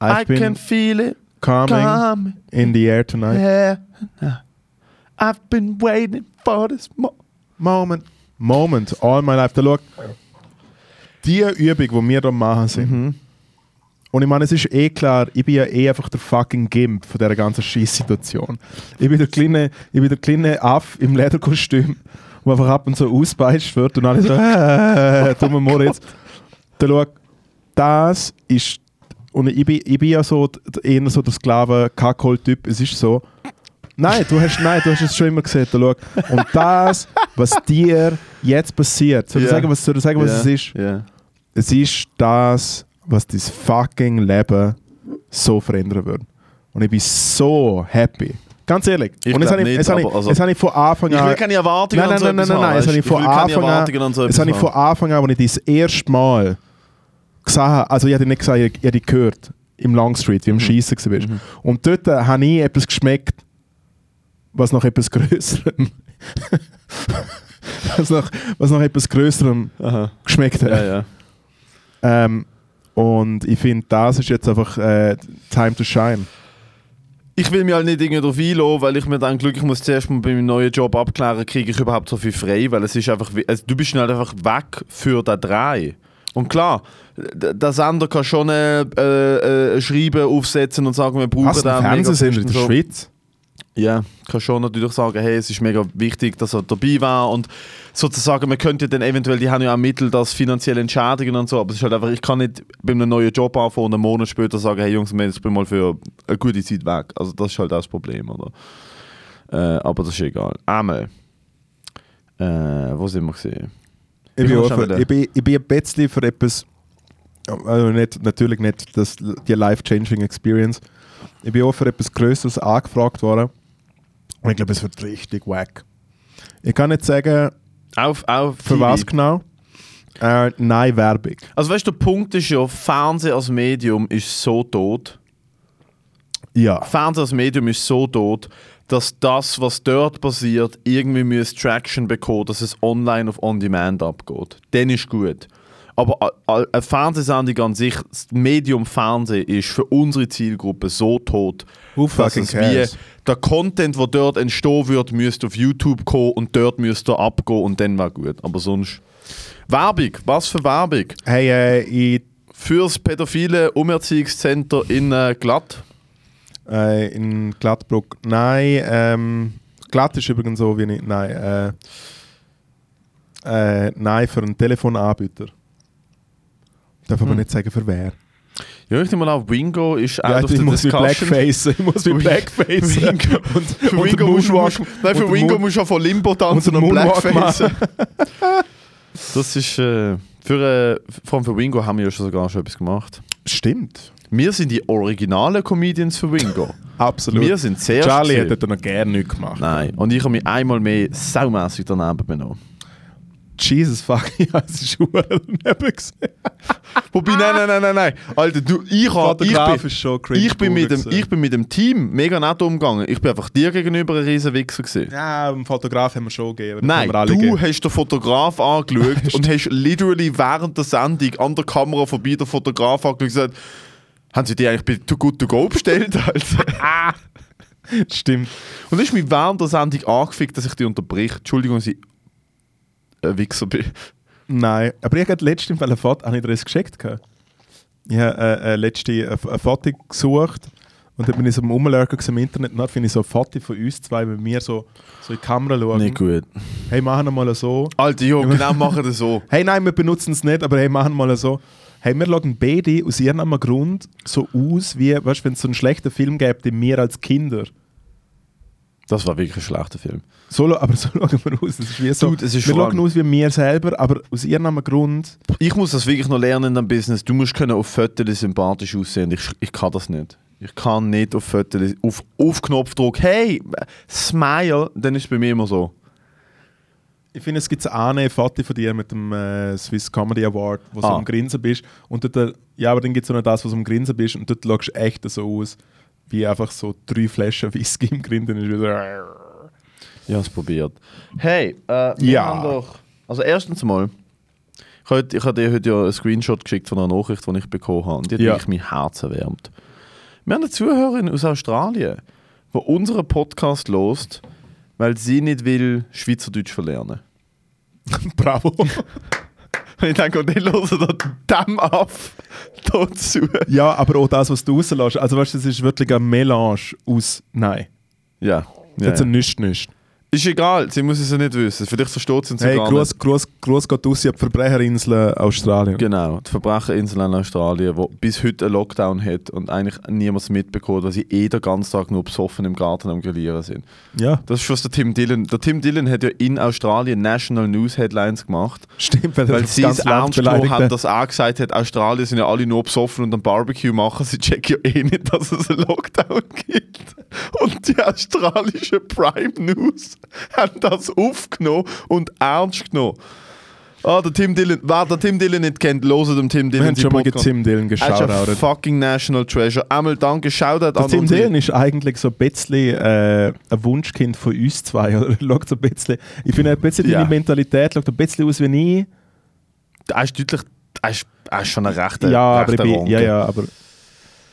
I've I can been feel it coming coming. in the air tonight. Yeah. I've been waiting for this mo Moment. Moment, all my life. Da schau, die Übung, die wir da machen, sind. Mhm. Und ich meine, es ist eh klar, ich bin ja eh einfach der fucking Gimp von dieser ganzen Scheiss-Situation. Ich bin der kleine, ich bin der kleine Aff im Lederkostüm, der einfach ab und zu auspeitscht wird und alle so, [laughs] äh, dummer Moritz. Da schau, das ist, und ich bin, ich bin ja so, d- eher so der Sklaven-Kackhol-Typ, es ist so, Nein, du hast, nein, du hast es schon immer gesehen. Da, schau. Und das, was dir jetzt passiert, soll ich Ja. sagen, was, soll ich sagen, was es ist? Yeah. Es ist das, was dein fucking Leben so verändern wird. Und ich bin so happy. Ganz ehrlich. Ich und das glaub habe ich, nicht, das habe ich, aber also- das habe ich von Anfang Ich an. will keine Erwartungen nein, an nein, so nein, nein, etwas nein, nein. haben, Das habe ich weißt du? von Ich will keine Anfang Erwartungen an. an so Das habe ich etwas von Anfang an, als ich das erste Mal gesehen habe. Also, ich habe nicht gesagt, ich ich habe dich gehört. Im Longstreet, Mhm. wie du am Schiessen warst. Und dort äh, habe ich etwas geschmeckt, was nach etwas Größerem. [laughs] was, nach, was nach etwas Größerem Aha. geschmeckt hat. Ja, ja. Ähm, und ich finde, das ist jetzt einfach äh, Time to Shine. Ich will mich halt nicht irgendwie drauf einlassen, weil ich mir dann Glück, ich muss zuerst mal bei meinem neuen Job abklären, kriege ich überhaupt so viel frei, weil es ist einfach, wie- also du bist halt einfach weg für den Drei. Und klar, d- der Sender kann schon äh, äh, äh, Schreiben aufsetzen und sagen, wir brauchen Was? da Ein mega- Fernsehsender in der so. Schweiz? Ja, kann schon natürlich sagen, hey, es ist mega wichtig, dass er dabei war und sozusagen, man könnte dann eventuell, die haben ja auch Mittel, das finanziell entschädigen und so, aber es ist halt einfach, ich kann nicht bei einem neuen Job anfangen und einen Monat später sagen, hey Jungs, ich bin mal für eine gute Zeit weg. Also das ist halt auch das Problem, oder? Äh, aber das ist egal. Einmal. Äh, wo sind wir gesehen? Ich bin, Ich auch kann schon für, wieder. ich, bin, ich bin ein bisschen für etwas, also nicht, natürlich nicht das, die Life-Changing Experience, Ich bin auch für etwas Größeres angefragt worden. Und ich glaube, es wird richtig wack. Ich kann nicht sagen, Auf, auf für TV. was genau. Äh, nein, Werbung. Also weißt du, der Punkt ist ja, Fernsehen als Medium ist so tot. Ja. Fernsehen als Medium ist so tot, dass das, was dort passiert, irgendwie muss Traction bekommen, dass es online auf On-Demand abgeht. Dann ist gut. Aber a- a- eine Fernsehsendung an sich, das Medium Fernsehen ist für unsere Zielgruppe so tot, Who dass fucking es cares? wie der Content, der dort entstehen wird, müsste auf YouTube kommen und dort müsste er abgehen und dann war gut. Aber sonst... Werbung, was für Werbung? Hey, äh, ich, fürs pädophile Umerziehungszentrum in äh, Glatt. äh, in Gladbruck. Nein, ähm, glatt ist übrigens so wie nicht. Nein, äh, äh, nein, für einen Telefonanbieter. Darf Hm. aber nicht sagen, für wer. Ja, ich nehme mal auf, Wingo Ah, ist Ja, out of ich the muss wie discussion. Blackface. Ich muss wie Ui. Blackface. Wingo. Und, Für und Wingo muss Moonwalk- man, nein, für und Wingo Moon- musst du ja von Limbo tanzen und und, den Moonwalk Blackface. [laughs] das ist äh, für, äh, vor allem für Wingo haben wir ja schon sogar schon etwas gemacht. Stimmt. Wir sind die originalen Comedians [laughs] für Wingo. Absolut. wir sind sehr Charlie hätte da noch gerne nichts gemacht. Nein, und ich habe mich einmal mehr saumässig daneben benommen. Jesus fuck, [laughs] ja, es ist schon daneben gesehen. Wobei, nein, nein, nein, nein, nein. Alter, du, ich, hab, ich, bin, Fotografisch schon cringe ich, bin mit dem, ich bin mit dem Team mega nett umgegangen. Ich bin einfach dir gegenüber ein riesen Wichser gewesen. Ja, einen Fotograf haben wir schon gegeben. das Nein, haben wir alle du gegeben. hast den Fotograf [laughs] angeschaut und hast literally während der Sendung an der Kamera vorbei den Fotograf angeschaut und gesagt, haben sie die eigentlich bei Too Good To Go bestellt? [laughs] Alter? Stimmt. und ist mich während der Sendung angefickt, dass ich dich unterbreche. Entschuldigung, dass ich ein Wichser bin. Nein, aber ich habe letztens ein Foto, habe ich dir das geschickt? gehabt? Ich habe äh, äh, letztens ein, ein Foto gesucht und dann bin ich so am Rumlurken gewesen im Internet und dann finde ich so ein Foto von uns zwei, wie wir so, so in die Kamera schauen. gut. Hey, machen wir mal so. Alter, [laughs] jo, genau machen das so. Hey, nein, wir benutzen es nicht, aber hey, machen wir mal so. Hey, wir schauen beide aus irgendeinem Grund so aus, wie, weißt du, wenn es so einen schlechten Film gäbe, den wir als Kinder. Das war wirklich ein schlechter Film. So, la- aber [laughs] so schauen wir aus. Das ist wie so, Dude, es ist wir vor schauen allem- aus wie wir selber, aber aus irgendeinem Grund. Ich muss das wirklich noch lernen in deinem Business. Du musst können auf Fotos sympathisch aussehen. Ich, ich kann das nicht. Ich kann nicht auf Fotos, auf, auf Knopfdruck, hey, smile, dann ist es bei mir immer so. Ich finde, es gibt eine Foto von dir mit dem äh, Swiss Comedy Award, wo du Ah. am Grinsen bist. Und dort, äh, ja, aber dann gibt es noch das, wo du am Grinsen bist und dort schaust du echt so aus, wie einfach so drei Flaschen Whisky im Grinsen ist. [laughs] Wieder. Ich habe es probiert. Hey, äh, wir Ja. haben doch. Also, erstens mal, ich habe ich hab dir heute ja einen Screenshot geschickt von einer Nachricht, die ich bekommen habe. Und die hat Ja. wirklich mein Herz erwärmt. Wir haben eine Zuhörerin aus Australien, die unseren Podcast lost, weil sie nicht will Schweizerdeutsch verlernen. Bravo. [laughs] Und ich denke, und dann hören wir dem ab, Oh, hier zu. ja, aber auch das, was du rauslässt. Also, weißt du, das ist wirklich ein Melange aus. Nein. Ja. Das ja. ist ein nichts, nichts. Ist egal, sie muss es ja nicht wissen. Vielleicht versteht sie uns ja Hey, gar Gruß, nicht. Gruß, Gruß geht raus an die Verbrecherinseln Australien. Genau, die Verbrecherinsel in Australien, die bis heute einen Lockdown hat und eigentlich niemand mitbekommt, weil sie eh den ganzen Tag nur besoffen im Garten am Grillieren sind. Ja, Das ist was der Tim Dillon. Der Tim Dillon hat ja in Australien National News Headlines gemacht, stimmt, weil sie es ernst genommen haben, hat. dass er gesagt hat, Australien sind ja alle nur besoffen und ein Barbecue machen. Sie checken ja eh nicht, dass es einen Lockdown gibt. Und die australische Prime News haben das aufgenommen und ernst genommen. Ah, der Tim Dillon. Wer der Tim Dillon nicht kennt, loset dem Tim Wir Dillon haben die schon mal Podcast. Tim Dillon Er ist ein geschaut. fucking National Treasure. Einmal danke, Shoutout an Tim unsere- Dillon ist eigentlich so ein bisschen äh, ein Wunschkind von uns zwei. Oder schaut so ein bisschen. Ich finde, ein bisschen Ja. deine Mentalität schaut ein bisschen aus wie ich. Er ist deutlich... Er ist, er ist schon ein rechter Ja, aber ich rechter bin, Ronke. ja, ja, aber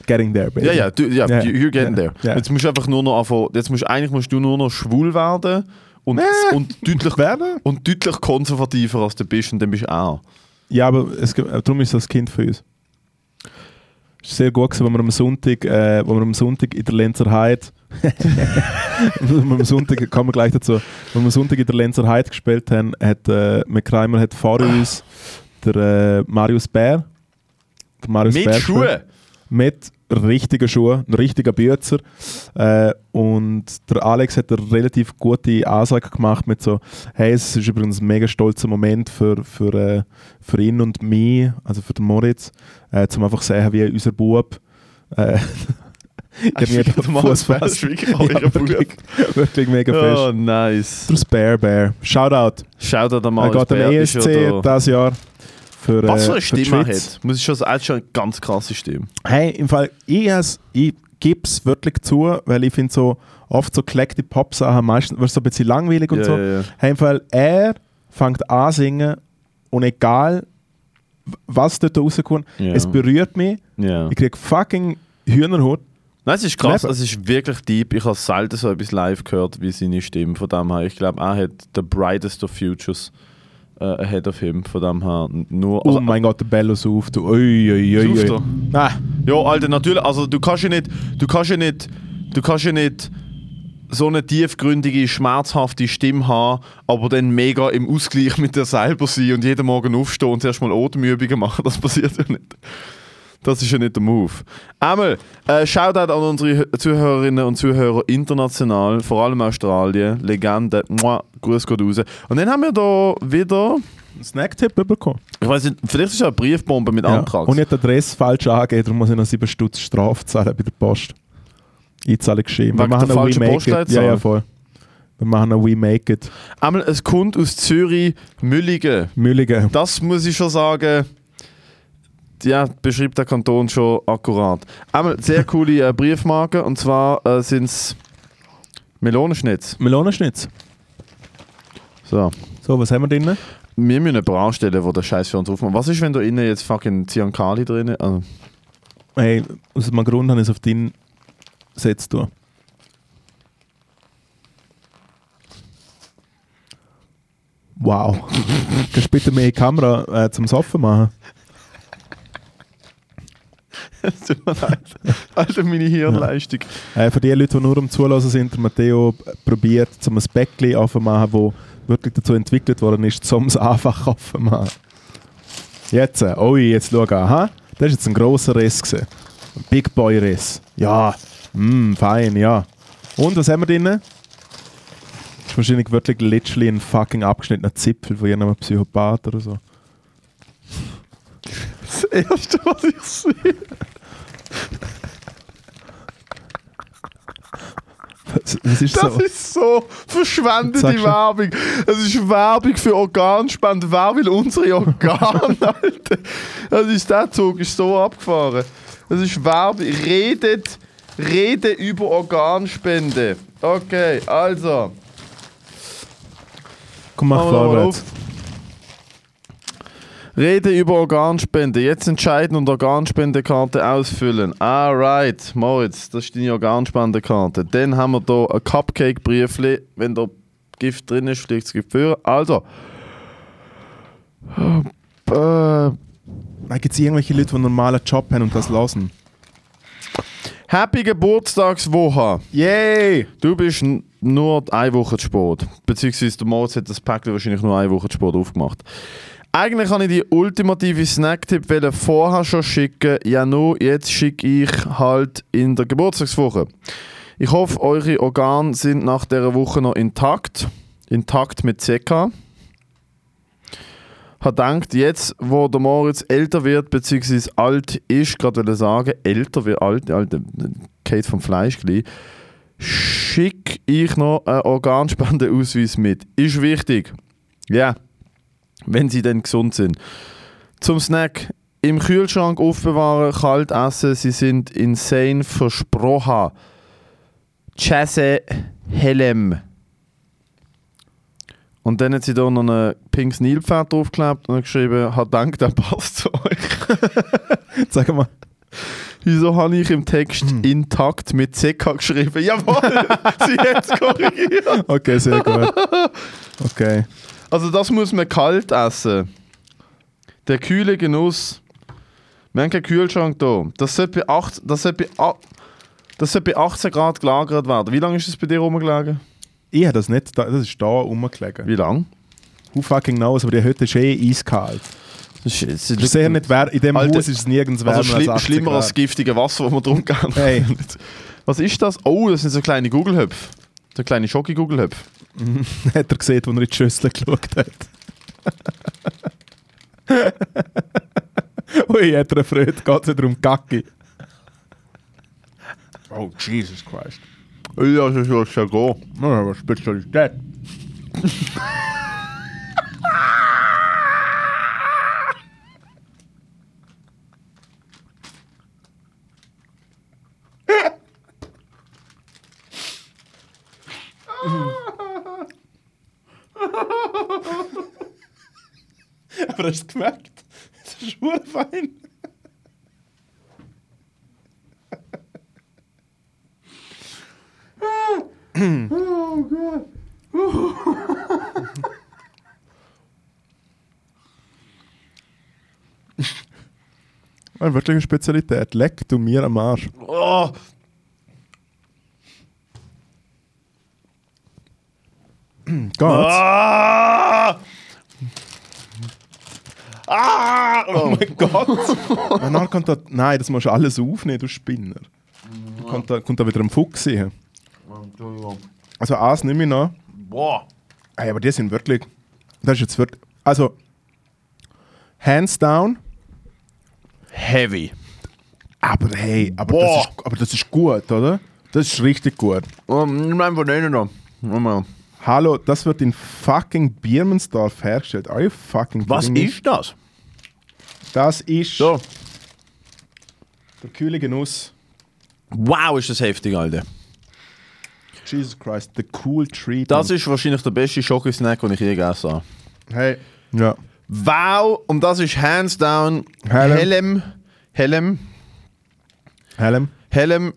getting there, baby. Ja, ja, du, ja, Ja. you- you're getting Ja. there. Ja. Jetzt musst du einfach nur noch anfangen, jetzt musst, eigentlich musst du nur noch schwul werden und, und, deutlich, Werden? und deutlich konservativer als du bist und dann bist du auch. Ja, aber es, gibt- äh, darum ist das Kind für uns. Es war sehr gut, gewesen, wenn wir am Sonntag, äh, wenn wir am Sonntag in der Lenzer Heid, [laughs] wenn wir am Sonntag, kommen wir gleich dazu, wenn wir am Sonntag in der Lenzer Heid gespielt haben, hat äh, McCreimer hat vor uns der äh, Marius Bär, der Marius Mit Bär gespielt. Schuhen. mit richtigen Schuhen, ein richtiger Bürzer. Äh, und der Alex hat eine relativ gute Ansage gemacht mit so, hey, es ist übrigens ein mega stolzer Moment für, für, äh, für ihn und mich, also für den Moritz, äh, [laughs] zum einfach sehen, wie unser Bub äh, Ich habe mir Fußpass. Fußball. Wirklich mega Oh, fest. nice. Drus Bear Bear. Shoutout. Schau dir da mal Er geht am E ESC dieses Jahr. Für, äh, Was für eine für die Stimme er Schweiz. hat, muss ich schon sagen, er hat schon eine ganz krasse Stimme. Hey, im Fall, ich, has- ich gebe es wirklich zu, weil ich finde so oft so geleckte Pop-Sachen meistens was so ein bisschen langweilig und Ja, so. ja, ja. Hey, im Fall, er fängt an singen und egal w- was dort rauskommt, Ja. es berührt mich. Ja. Ich krieg fucking Hühnerhaut. Nein, es ist krass, Never. es ist wirklich deep. Ich habe selten so etwas live gehört wie seine Stimme. Von dem her, ich glaube, er hat the brightest of futures äh, ahead of him. Von dem her, n- nur. also oh mein Gott, der Bello sauft. Ui, ui, ui, Sauft ui. er? Ja, Alter, natürlich. Also du kannst ja nicht, du kannst ja nicht, du kannst ja nicht so eine tiefgründige, schmerzhafte Stimme haben, aber dann mega im Ausgleich mit dir selber sein und jeden Morgen aufstehen und erstmal Atemübungen machen. Das passiert ja nicht. Das ist ja nicht der Move. Einmal, äh, Shoutout an unsere H- Zuhörerinnen und Zuhörer international, vor allem Australien, Legende, Mua, Gruß geht raus. Und dann haben wir da wieder, Einen Snacktipp bekommen. ich weiß nicht, vielleicht ist es ja eine Briefbombe mit Ja. Antrag. Und ich habe die Adresse falsch angegeben, darum muss ich noch 7 Stutz Strafe zahlen bei der Post. Einzahlen geschrieben. Wegen der noch We falschen Make It. Postleitzahl? Ja, ja, voll. Wir machen noch We Make It. Einmal, es kommt aus Zürich Mülligen. Mülligen. Das muss ich schon sagen. Ja, beschreibt der Kanton schon akkurat. Einmal sehr coole äh, Briefmarken und zwar äh, sind es Melonenschnitz. Melonenschnitz. So. So, was haben wir drinnen? Wir müssen jemanden anstellen, der den Scheiß für uns aufmacht. Was ist, wenn da innen jetzt fucking Ziancali drin ist? Also, Hey, aus einem Grund habe ich es auf deinen Setz tun. Wow. [laughs] Kannst du bitte mehr in die Kamera äh, zum Soffen machen? es [laughs] tut mir leid. Alter, meine Hirnleistung. Äh, für die Leute, die nur am Zulassen sind, der Matteo äh, probiert, zum ein Bäckchen aufzumachen, wo wirklich dazu entwickelt worden ist, um es [laughs] einfach aufzumachen. Jetzt, äh, oi, jetzt schau an. Aha, das war jetzt ein grosser Riss. Gewesen. Ein Big Boy Riss. Ja, mm, fein, ja. Und was haben wir drinnen? Das ist wahrscheinlich wirklich literally ein fucking abgeschnittener Zipfel von irgendeinem Psychopath oder so. [laughs] Das erste, was ich sehe. Was, was ist Das so? ist so verschwendete Sag schon. Werbung. Das ist Werbung für Organspende. Wer will unsere Organe, [laughs] Alter? Das ist, der Zug ist so abgefahren. Das ist Werbung. Redet, rede über Organspende. Okay, also. Komm, mach machen wir nochmal vorwärts. auf. Rede über Organspende. Jetzt entscheiden und Organspendekarte ausfüllen. Alright, Moritz, das ist deine Organspendekarte. Dann haben wir hier ein Cupcake-Briefli. Wenn da Gift drin ist, fliegt das Gift vor. Also. Äh, Gibt es irgendwelche Leute, die einen normalen Job haben und das lassen? Happy Geburtstagswoche. Yay! Du bist n- nur eine Woche zu spät. Beziehungsweise der Moritz hat das Päckchen wahrscheinlich nur eine Woche zu spät aufgemacht. Eigentlich kann ich die ultimative Snacktipp wollen vorher schon schicken. Ja, nur jetzt schicke ich halt in der Geburtstagswoche. Ich hoffe, eure Organe sind nach dieser Woche noch intakt. Intakt mit CK. Ich habe gedacht, jetzt, wo der Moritz älter wird, beziehungsweise alt ist, gerade will ich sagen, älter wird, alt, alt, Kate vom Fleisch gleich, schicke ich noch einen Organspendeausweis mit. Ist wichtig. Ja. Wenn sie denn gesund sind. Zum Snack. Im Kühlschrank aufbewahren, kalt essen. Sie sind insane versprochen. Chase Helm. Und dann hat sie da noch ein pinkes Nilpferd draufgeklebt und hat geschrieben, hat Dank, der passt zu euch. [laughs] Sag mal. Wieso habe ich im Text intakt mit CK geschrieben? Jawohl, [laughs] sie hat es korrigiert. Okay, sehr gut. Okay. Also das muss man kalt essen. Der kühle Genuss. Wir haben keinen Kühlschrank da. Das sollte bei, acht, das sollte bei, a- das sollte bei 18 Grad gelagert werden. Wie lange ist das bei dir rumgelegen? Ich habe das nicht, da, das ist da rumgelegen. Wie lange? Who fucking knows, aber die Hütte ist eh eiskalt. Das ist, Ich sehe nicht, wer, in dem Alter, Haus ist es nirgends wärmer also schli 80 schlimmer als das Grad. giftige Wasser, das wir getrunken haben. Hey. [laughs] Was ist das? Oh, das sind so kleine Gugelhöpfe. So kleine Schocki-Gugelhöpfe. Hat er gesehen, als er in die Schüssel geschaut hat. [laughs] Ui, hat er eine Freude, geht es wieder um Kacke. Oh, Jesus Christ. Ja, das ist ja go. Ja, Spezialität. Aber hast du es gemerkt? Das ist schwer fein. Eine wirkliche Spezialität. Leck du mir am Arsch. Oh. Geht's? Ah! Ah! [laughs] Oh mein Gott! Und dann kommt da, nein, das musst du alles aufnehmen, du Spinner. Dann Kommt da, kommt da wieder ein Fuchs hin. Entschuldigung. Also, eins nehme ich noch. Boah. Ey, aber die sind wirklich. Das ist jetzt wirklich. Also, hands down, Heavy. aber hey, aber Boah. das, ist, aber das ist gut, oder? Das ist richtig gut. Oh, nimm einfach den noch. Nochmal. Hallo, das wird in fucking Birmensdorf hergestellt. Are you fucking Was kidding me? ist das? Das ist So. der kühle Genuss. Wow, ist das heftig, Alter. Jesus Christ, the cool treat. Das ist wahrscheinlich der beste Schokosnack, den ich je gegessen habe. Hey. Ja. Wow, und das ist hands down Helm. Helm. Helm. Helm. Helm.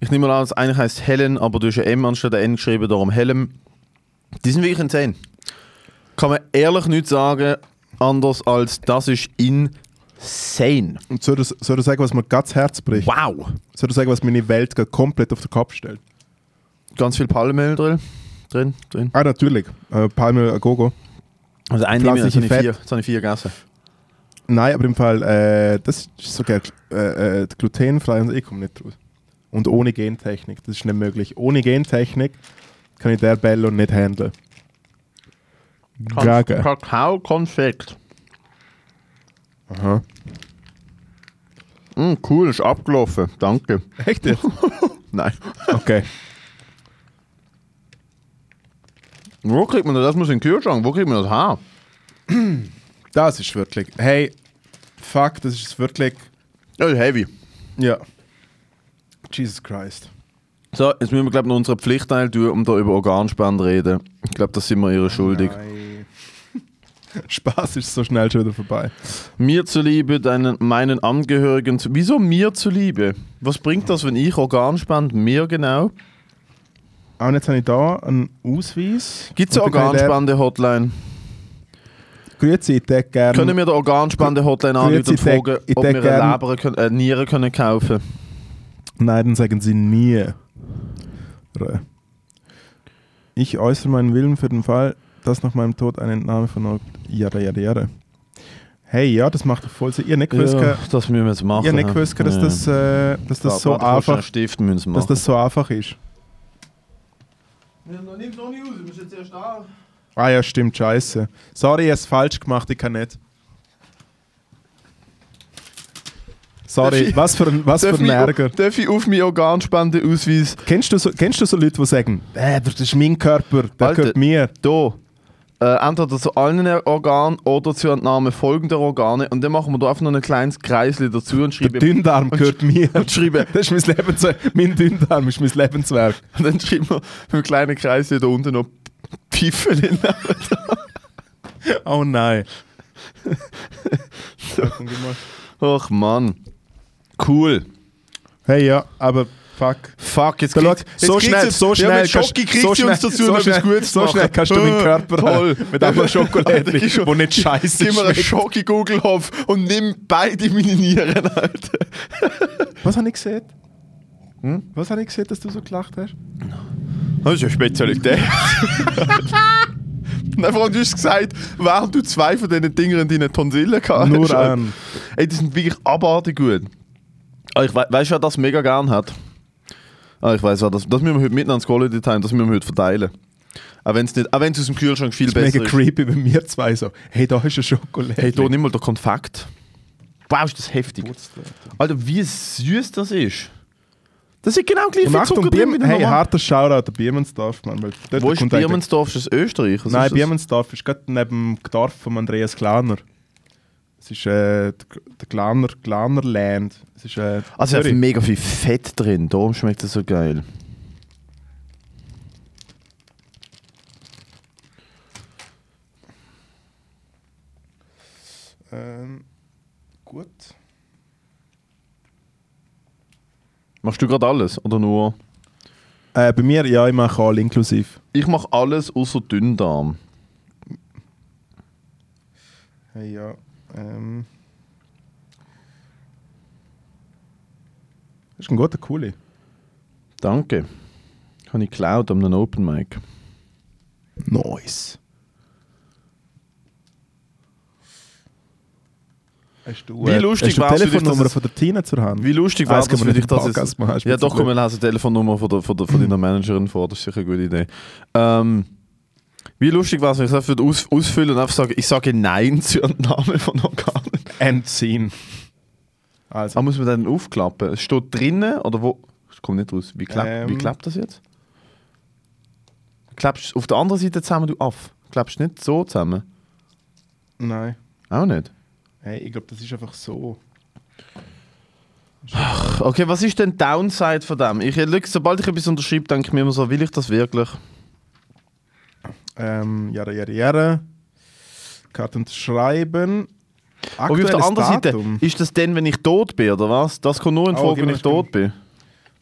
Ich nehme mal an, das eine heißt Helen, aber du hast ein M anstatt ein N geschrieben, darum Helm. Die sind wirklich insane. Kann man ehrlich nicht sagen, anders als das ist insane. Und soll ich soll ich sagen, was mir ganz das Herz bricht? Wow. Soll ich sagen, was meine Welt gerade komplett auf den Kopf stellt? Ganz viel Palmöl drin. Drin, drin. Ah, natürlich. Äh, Palme äh, Gogo. Also ein nehme ich, jetzt habe ich Pflanzliche vier, jetzt habe ich vier gegessen. Nein, aber im Fall, äh, das ist sogar äh, äh, glutenfrei und ich komme nicht draus. Und ohne Gentechnik, das ist nicht möglich. Ohne Gentechnik kann ich der Bello nicht handeln. Gaga. Kakao-Konfekt. Aha. Mm, cool, ist abgelaufen. Danke. Echt jetzt? Nein. Okay. Wo kriegt man das? Das muss in den Kühlschrank. Wo kriegt man das her? Das ist wirklich. Hey, fuck, das ist wirklich. Das ist heavy. Ja. Jesus Christ. So, jetzt müssen wir, glaube ich, noch unsere Pflicht tun und da über Organspende reden. Ich glaube, das sind wir ihre schuldig. Nein. [laughs] Spaß ist so schnell schon wieder vorbei. Mir zuliebe, deinen, meinen Angehörigen. zu- Wieso mir zuliebe? Was bringt das, wenn ich Organ spende? Mir genau? Ah, und jetzt habe ich da einen Ausweis. Gibt es eine Und dann kann ich der- Organspende-Hotline? Grüezi, ich hätte gerne. Können wir der Organspende-Hotline Grüezi, anrufen und ich denk- fragen, ich ob denk ähm, wir gern- eine Leber, können, äh, Niere können kaufen Nein, dann sagen sie nie. Rö. Ich äußere meinen Willen für den Fall, dass nach meinem Tod eine Entnahme verfolgt. Jada, jada, jada. Hey, ja, das macht doch voll Sinn. Ihr nicht gewusst, Ja, ja, das müssen wir jetzt machen. ihr nicht gewusst dass, Ja. das, äh, dass, das so Warte, warte, kurz, einen einfach, Stift müssen wir dass das so einfach ist. machen. Nimm noch nicht raus, wir müssen jetzt erst an. Ah ja, stimmt, scheiße. Sorry, ich hab's falsch gemacht, ich kann nicht. Darf Sorry, ich- was für ein, was für Darf ein Ärger. ich, darf ich auf meinen Organspende-Ausweis Kennst du, so, kennst du so Leute, die sagen, äh, das ist mein Körper, der Alter. gehört mir? Da. Äh, entweder zu allen Organen oder zur Entnahme folgender Organe. Und dann machen wir da einfach noch ein kleines Kreisli dazu und Der schreiben. Dünndarm gehört mir. Und schreiben, [laughs] Das ist mein Lebenswerk. Mein Dünndarm ist mein Lebenswerk. und [laughs] dann schreiben wir mit einem kleinen Kreisli da unten noch Pfiffel hin. Oh [laughs] nein. Ach Mann. Cool. Hey ja, aber fuck. Fuck, jetzt Da schau, kriegt's- jetzt so kriegt's schnell, jetzt- so Ja, schnell, mit Schocki kriegt sie uns dazu, so noch schnell, etwas Gutes so machen. schnell kannst du [laughs] meinen Äh, Körper toll. haben. mit [laughs] einer Schokolade, Alter, gib die schon- nicht scheiße Gib mir einen schmeckt. Schocki Google-Hopf und nimm beide meine Nieren, Alter. Was habe ich gesehen? Hm? Was habe ich gesehen, dass du so gelacht hast? Das ist [laughs] ja Spezialität. Nein, Freund, du hast gesagt, während du zwei von diesen Dingern in deinen Tonsillen gehabt Nur hast. einen. Ey, die sind wirklich abartig gut. Ah, Ich we weißt du, wer das mega gern hat? Ah, ich weiß auch, das, das müssen wir heute mitten ans Quality Time, das müssen wir heute verteilen. Auch wenn es nicht, auch wenn es aus dem Kühlschrank viel Das ist besser mega ist. creepy bei mir zwei so. Hey, da ist eine Schokolade. Hey, da nimm mal den Konfekt. Wow, ist das heftig. Alter, wie süß das ist. Das ist genau gleich Und viel Achtung, Zucker drin wie Biem der hey, normalen. harter Shoutout an Biermannsdorf, Mann. Weil dort Wo ist kommt eigentlich- Biermannsdorf? Ist das Österreich? Was Nein, ist das? Biermannsdorf ist gerade neben dem Dorf von Andreas Glaner. Es ist äh, der der Glaner, Glanerland. Es ist, äh, Also, er hat Zürich. mega viel Fett drin. Darum schmeckt es so geil. ähm, gut. Machst du gerade alles oder nur? Äh, bei mir, ja, ich mache all inklusiv. Ich mache alles außer Dünndarm. Hey, ja. Ähm. Das ist ein guter Kuli. Danke. Habe ich geklaut am Open Mic. Nice. Hast du, äh, Wie hast lustig du die wär's für dich, dass Telefonnummer es- von der Tina zur Hand? Wie lustig Ah, wäre das das kann für man dich, nicht Hm. im dass Podcast es... machen, hast du Ja mir doch, gesagt. komm, wir lesen die Telefonnummer von, der, von, der, von deiner Managerin vor, das ist sicher eine gute Idee. Ähm, wie lustig wäre es, wenn ich es einfach würde aus, ausfüllen und einfach sage, ich sage Nein [laughs] zu einem Namen von Organen. Endscene. Also, Ah, muss man dann aufklappen? Es steht drinnen oder wo? Ich komme nicht raus. Wie, klapp, Ähm. wie klappt das jetzt? Klappst du auf der anderen Seite zusammen, du Aff? Klappst nicht so zusammen? nein. Auch nicht? Hey, ich glaube, das ist einfach so. Okay, was ist denn die Downside von dem? Ich, schau, sobald ich etwas unterschreibe, denke ich mir immer so, will ich das wirklich? Ähm, jara, jara, jara. Karte unterschreiben. Aber auf der Aktuelles anderen Datum. Seite, ist das denn, wenn ich tot bin, oder was? Das kommt nur in Oh, Frage, gib wenn mir ich Stimme. tot bin.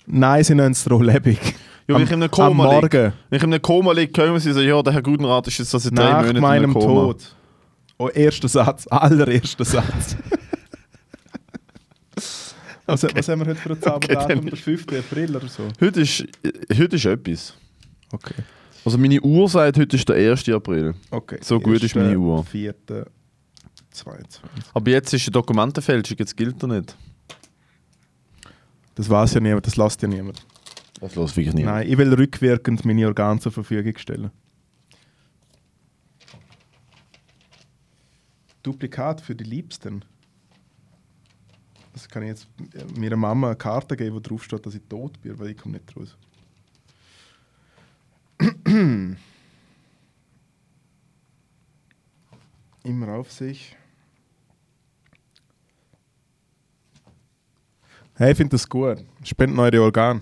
Nein, sie nennen es darum lebendig. Ja, wenn ich in einem Koma am liege. Morgen. Wenn ich in einem Koma liege, können sie sagen, ja, der Herr Gudenrat ist jetzt seit drei Nach Monaten meinem in einem Koma. Tod. Oh, erster Satz, allererster [laughs] Satz. was, was haben wir heute für ein Zauberdatum? dann der 5. April oder so? Heute ist, äh, heute ist etwas. Okay. Also meine Uhr sagt, heute ist der 1. April. okay. So gut ist meine Uhr. 4. 22. Aber jetzt ist eine Dokumentenfälschung, jetzt gilt er nicht. Das weiß ja niemand, das lasst ja niemand. Das los wirklich nicht. Nein, ich will rückwirkend meine Organe zur Verfügung stellen. Duplikat für die Liebsten. Also kann ich jetzt meiner Mama eine Karte geben, wo drauf steht, dass ich tot bin, weil ich komme nicht raus. [clears throat] Immer auf sich. Hey, ich finde das gut. Spend eure Organe.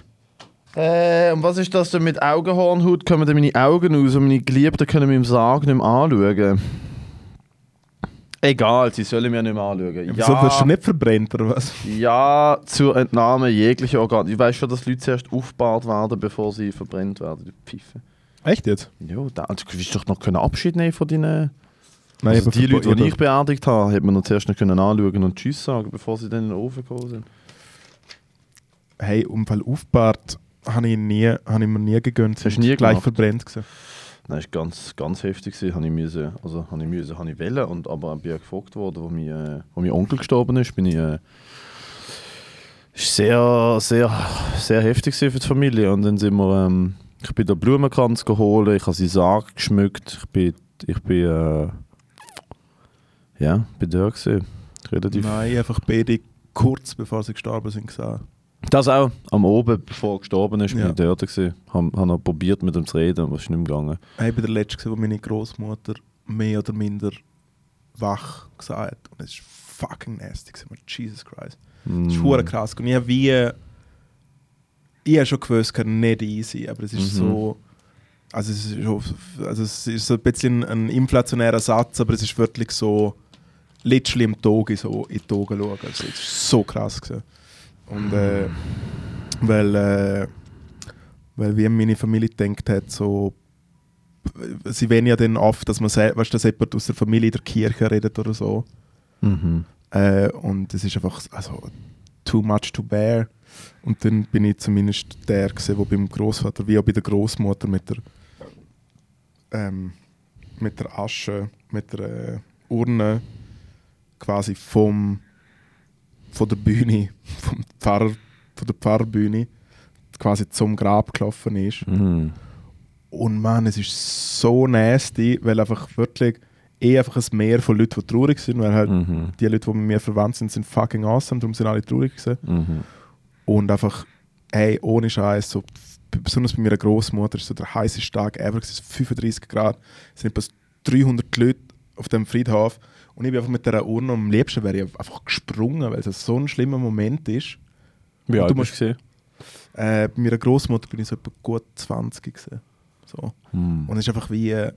Äh, und was ist das denn mit Augenhornhaut? Kommen dann meine Augen raus und meine Geliebten können mich im Sarg nicht mehr anschauen? Egal, sie sollen mir nicht mehr anschauen. Wieso wirst du nicht verbrennt oder was? Ja, zur Entnahme jeglicher Organe. Ich weiß schon, dass Leute zuerst aufgebahrt werden, bevor sie verbrennt werden. Die Pfeife. Echt jetzt? Ja, da also, du wirst doch noch können Abschied nehmen von deinen. Nein, also die Leute, die ich ich beerdigt habe, hätte man noch zuerst noch können anschauen und Tschüss sagen, bevor sie dann in den Ofen gekommen sind. Hey, Unfall aufgebahrt habe ich, nie, habe ich mir nie gegönnt. Hast du Und nie gleich gemacht? verbrennt gesehen. Nein, ist ganz, ganz heftig gewesen. Habe ich müssen, also habe ich müssen, habe ich wollen, und aber bin ja gefragt worden, wo mein, äh, wo mein Onkel gestorben ist, bin ich äh, ist sehr, sehr, sehr heftig gewesen für die Familie. Und dann sind wir, ähm, ich bin da Blumenkranz geholt, ich habe seinen Sarg geschmückt, ich bin, ich bin, äh, ja, bin da gewesen. Relativ. Nein, einfach beide kurz bevor sie gestorben sind gesehen. Das auch am Oben, bevor er gestorben ist, bin Ja. ich dort gewesen. Habe hab noch probiert mit ihm zu reden, aber es ist nicht mehr gegangen. Hey, ich bin der Letzte, gewesen, wo meine Großmutter mehr oder minder wach gesagt hat. Und es ist fucking nasty. gewesen, Mann. Jesus Christ. Mm. Das ist hure krass. Und ich habe wie. Ich habe schon gewusst, es nicht easy, aber es ist Mhm. so. Also es, ist, schon- also es ist so ein bisschen ein inflationärer Satz, aber es ist wirklich so literally im Togi so in die Augen schauen. Also es ist so krass gewesen. Und äh, weil, äh, weil wie meine Familie gedacht hat, so sie wollen ja dann oft, dass man sel- weißt, du, dass jemand aus der Familie der Kirche redet oder so. Mhm. Äh, und es ist einfach also, too much to bear. Und dann bin ich zumindest der, gewesen, der beim Großvater wie auch bei der Großmutter mit der, ähm, mit der Asche, mit der äh, Urne quasi vom, von der Bühne, [laughs] vom Pfarrer, von der Pfarrbühne quasi zum Grab gelaufen ist. Mhm. Und Mann, es ist so nasty, weil einfach wirklich eh einfach ein Meer von Leuten, die traurig sind, weil halt Mhm. die Leute, die mit mir verwandt sind, sind fucking awesome, darum sind alle traurig gewesen. Mhm. Und einfach ey, ohne Scheiß, so, b- besonders bei meiner Großmutter, ist so der heißeste Tag ever, es ist 35 Grad, es sind etwa 300 Leute auf dem Friedhof und ich bin einfach mit dieser Urne, am liebsten wäre ich einfach gesprungen, weil es so ein schlimmer Moment ist. Wie alt du du musst- bist du? Äh, bei meiner Großmutter bin ich so etwa gut 20 gewesen. So. Mm. Und es ist einfach wie. äh,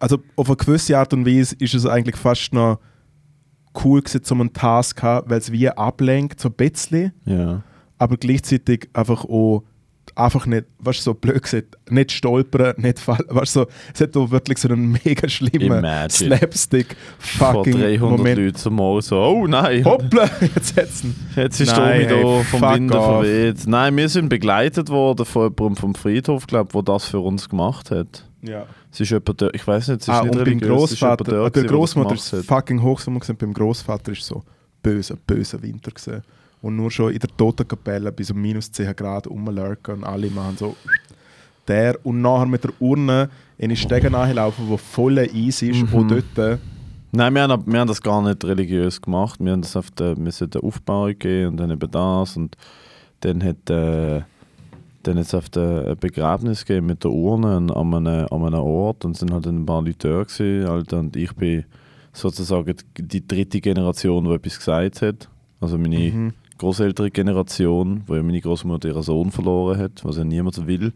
Also auf eine gewisse Art und Weise ist es eigentlich fast noch cool gewesen, um einen Task zu haben, weil es wie ablenkt, so ein bisschen, Ja. aber gleichzeitig einfach auch einfach nicht, weißt du, so blöd gesagt, nicht stolpern, nicht fallen, weißt du, so, es hat auch wirklich so einen mega schlimmen Imagine. Vor Slapstick-fucking 300 Moment. Leuten zum Mal so, oh nein! Hoppla, [laughs] jetzt hat's ihn. Jetzt ist Nein, Tommy hey, da vom fuck Wind off. verweht. Nein, wir sind begleitet worden von jemandem vom Friedhof, glaube der das für uns gemacht hat. Ja. Es ist jemand da, ich weiß nicht, es ist Ah, nicht und beim religiös, es ist jemand Großvater, dort bei der gewesen, der das Großmutter gemacht ist es fucking hochsommer gewesen, beim Großvater ist so böser, böser Winter gewesen. Und nur schon in der Totenkapelle bei so minus 10 Grad rumlurken und alle machen so der und nachher mit der Urne in die Stege nachlaufen, wo voller Eis ist Mhm. und dort äh, Nein, wir haben, wir haben das gar nicht religiös gemacht. Wir haben das auf der, wir sollten Aufbau gehen und dann eben das. Und dann hat äh, dann jetzt auf der ein Begräbnis gegeben mit der Urne an an einem, an einem Ort und sind halt ein paar Leute da gewesen, Alter, und ich bin sozusagen die dritte Generation, die etwas gesagt hat. Also meine Mhm. großältere Generation, wo ja meine Großmutter ihren Sohn verloren hat, was ja niemand will.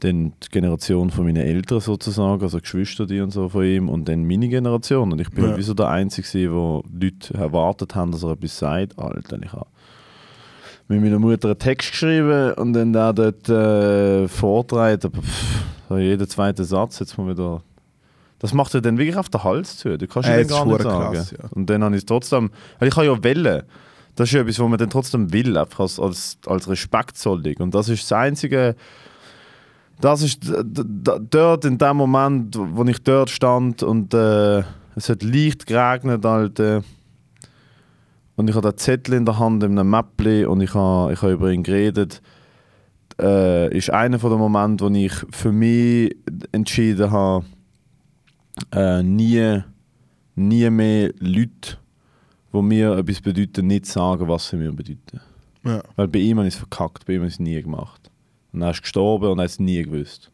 Dann die Generation von meinen Eltern sozusagen, also Geschwister die und so von ihm und dann meine Generation. Und ich bin Ja. halt wie so der Einzige, gewesen, wo Leute erwartet haben, dass er etwas sagt. Alter, ich habe mit meiner Mutter einen Text geschrieben und dann da dort äh, vortreibt. Aber pff, so jeden zweiten Satz jetzt mal wieder. Das macht er dann wirklich auf den Hals zu. Du kannst Äh, äh, es ihn gar ist nicht hure sagen. krass, ja. Und dann habe ich es trotzdem. Weil ich habe ja Wellen. Das ist ja etwas, was man dann trotzdem will, einfach als, als, als respektzollig. Und das ist das einzige. Das ist d- d- d- dort in dem Moment, wo ich dort stand und äh, es hat leicht geregnet, Alter. Und ich habe den Zettel in der Hand, in einem Mäppli und ich habe ich habe über ihn geredet. Äh, ist einer von den Momenten, wo ich für mich entschieden habe, äh, nie, nie mehr Leute, die mir etwas bedeuten, nicht sagen, was sie mir bedeuten. ja. Weil bei ihm habe ich es verkackt, bei ihm habe ich es nie gemacht. Und er ist gestorben und er hat es nie gewusst.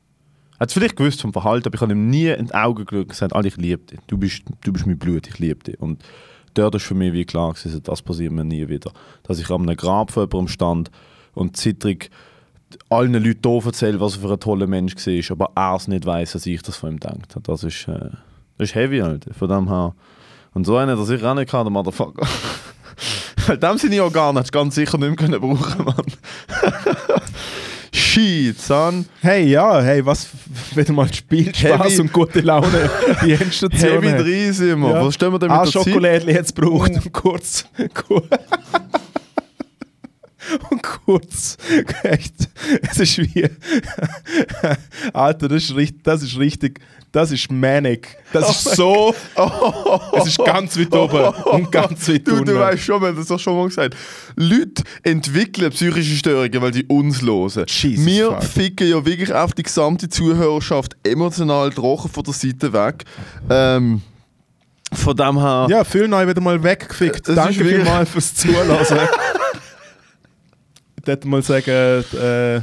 Er hat es vielleicht gewusst vom Verhalten, aber ich habe ihm nie in die Augen geschaut und gesagt, Alter, ich liebe dich. Du bist, du bist mein Blut, ich liebe dich. Und dort ist für mich wie klar gewesen, also das passiert mir nie wieder. Dass ich an einem Grab von jemandem stand und zittrig allen Leuten hier erzähle, was er für ein toller Mensch war, aber er es nicht weiß, dass ich das von ihm denkt. Das ist, äh, das ist heavy, Alter. Von dem her. Und so einen, dass ich auch nicht kann, der Motherfucker. Weil dem seine Organe hättest du ganz sicher nicht mehr können [laughs] brauchen, Mann. Shit, son. Hey, ja, hey, was [laughs] wieder mal Spiel, Spaß Heavy- und gute [laughs] Laune. Die Endstation. Heavy 3 sind wir. Ja. Was stehen wir denn mit Ah, der Zeit? Schokolädchen jetzt braucht und kurz. ku- [laughs] und kurz. Echt. Es ist wie. Alter, das ist richtig. Das ist, richtig, das ist manic. Das ist Oh, so. Es ist ganz weit oben und ganz weit Du, unten. du weißt schon, wir haben das doch schon mal gesagt. Leute entwickeln psychische Störungen, weil sie uns hören. Jesus wir fuck. ficken ja wirklich auf die gesamte Zuhörerschaft emotional trocken von der Seite weg. Ähm, von dem her. ja, viel neu wieder mal weggefickt. Es ist Danke wie- vielmals fürs Zulassen. Ich würde mal sagen, äh,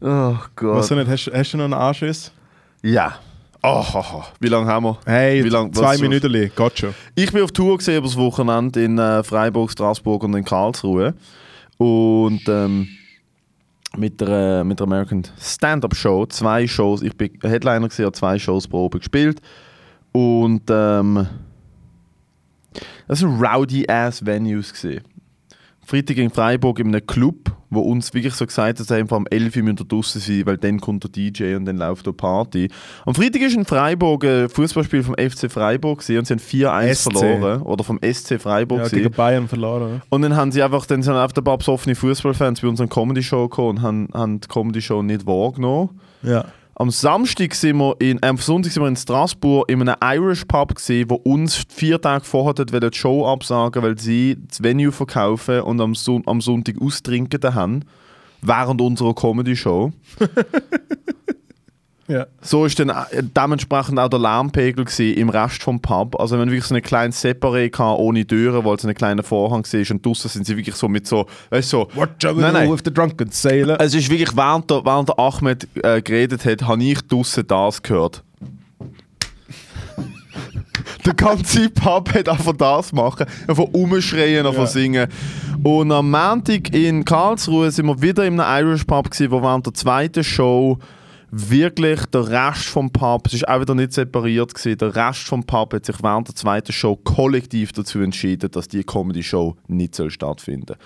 Oh was Gott. soll nicht, hast, hast du noch einen Anschiss? Ja. Oh, oh, oh. Wie lange haben wir? Hey, Wie lang- zwei was- Minuten, geht schon. Ich bin auf Tour gesehen übers Wochenende in äh, Freiburg, Straßburg und in Karlsruhe. Und ähm, mit, der, äh, mit der American Stand-Up Show, zwei Shows. Ich bin Headliner gesehen, habe zwei Shows pro Oben gespielt. Und ähm, das sind rowdy ass Venues gesehen. Freitag in Freiburg in einem Club, wo uns wirklich so gesagt hat, dass wir einfach am 11 Uhr müssen draußen sein, weil dann kommt der DJ und dann läuft die Party. Am Freitag ist in Freiburg ein Fußballspiel vom FC Freiburg gewesen und sie haben 4-1 SC. verloren oder vom SC Freiburg. Ja, gewesen. gegen Bayern verloren. Und dann haben sie einfach, dann sind einfach ein paar besoffene Fußballfans bei unserer Comedy-Show gekommen und haben, haben die Comedy-Show nicht wahrgenommen. Ja. Am Samstag sind wir in, äh, am Sonntag sind wir in Straßburg in einem Irish Pub gesehen, wo uns vier Tage vorher hat wollen die Show absagen, weil sie das Venue verkaufen und am, Son am Sonntag austrinken haben während unserer Comedy Show. Ja. So ist dann äh, dementsprechend auch der Lärmpegel gewesen im Rest vom Pub. Also wenn wirklich so eine kleine Separé hatte, ohne Türen, weil es einen kleinen Vorhang war und draußen sind sie wirklich so mit so, weißt du, so, Watch out Nein, nein. with the drunken sailor. Also, es ist wirklich, während der, während der Ahmed äh, geredet hat, habe ich draußen das gehört. [laughs] der ganze Pub hat einfach das machen. Einfach umschreien, einfach Ja. singen. Und am Montag in Karlsruhe sind wir wieder in einem Irish Pub, gewesen, wo während der zweiten Show wirklich der Rest vom Pub, es ist auch wieder nicht separiert gewesen, der Rest vom Pub hat sich während der zweiten Show kollektiv dazu entschieden, dass die Comedy-Show nicht soll stattfinden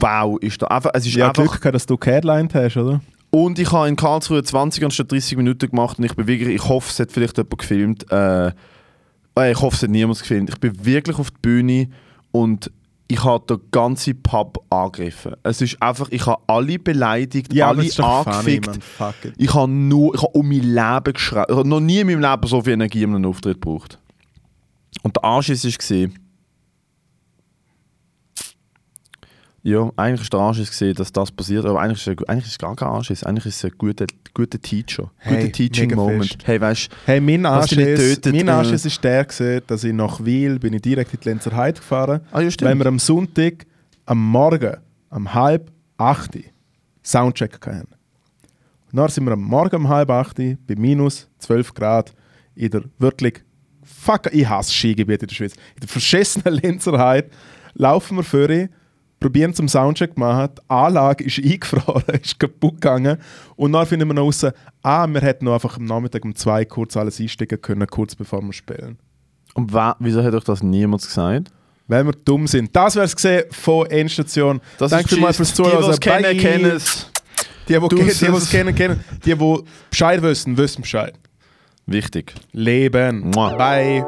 Wow, ist da einfach, es ist ja, einfach Glück gehabt, dass du geheadlined hast, oder? und ich habe in Karlsruhe 20 anstatt 30 Minuten gemacht und ich bin wirklich, ich hoffe, es hat vielleicht jemand gefilmt. Äh, äh, ich hoffe, es hat niemand gefilmt. Ich bin wirklich auf der Bühne und ich habe den ganzen Pub angegriffen. Es ist einfach, ich habe alle beleidigt, alle angefickt. Fuck it. ich habe nur, ich habe um mein Leben geschrien. Ich habe noch nie in meinem Leben so viel Energie in einem Auftritt gebraucht. Und der Anschiss war... Ja, eigentlich war der Anschiss, gewesen, dass das passiert, aber eigentlich ist es, eigentlich ist es gar kein Anschiss. Eigentlich ist es ein guter, guter Teacher, Hey, guter Teaching mega Moment. fest. Hey, weißt Hey, mein Hast du nicht Anschiss, getötet, mein äh. Anschiss ist der, gewesen, dass ich nach Wiel bin ich direkt in die Lenzer Heide gefahren Ah, ja, stimmt. Wenn wir am Sonntag am Morgen um halb acht Uhr Soundcheck hatten. Und dann sind wir am Morgen um halb acht Uhr bei minus 12 Grad in der wirklich fuck, ich hasse Skigebiet in der Schweiz. In der verschissenen Linzer Heide laufen wir vor, probieren zum Soundcheck zu machen. Die Anlage ist eingefroren, ist kaputt gegangen. Und dann finden wir noch raus, ah, wir hätten noch einfach am Nachmittag um zwei kurz alles einstecken können, kurz bevor wir spielen. Und wa- wieso hat euch das niemand gesagt? Wenn wir dumm sind. Das wär's gesehen von Endstation. Das Danke ist vielmals fürs Geschichte. Zuhören. Also, Die, die es kennen, Bye. kennen es. Die, die Du kennen, es- die, die es kennen, kennen. Die, die Bescheid wissen, wissen Bescheid. Wichtig. Leben. Mua. Bye.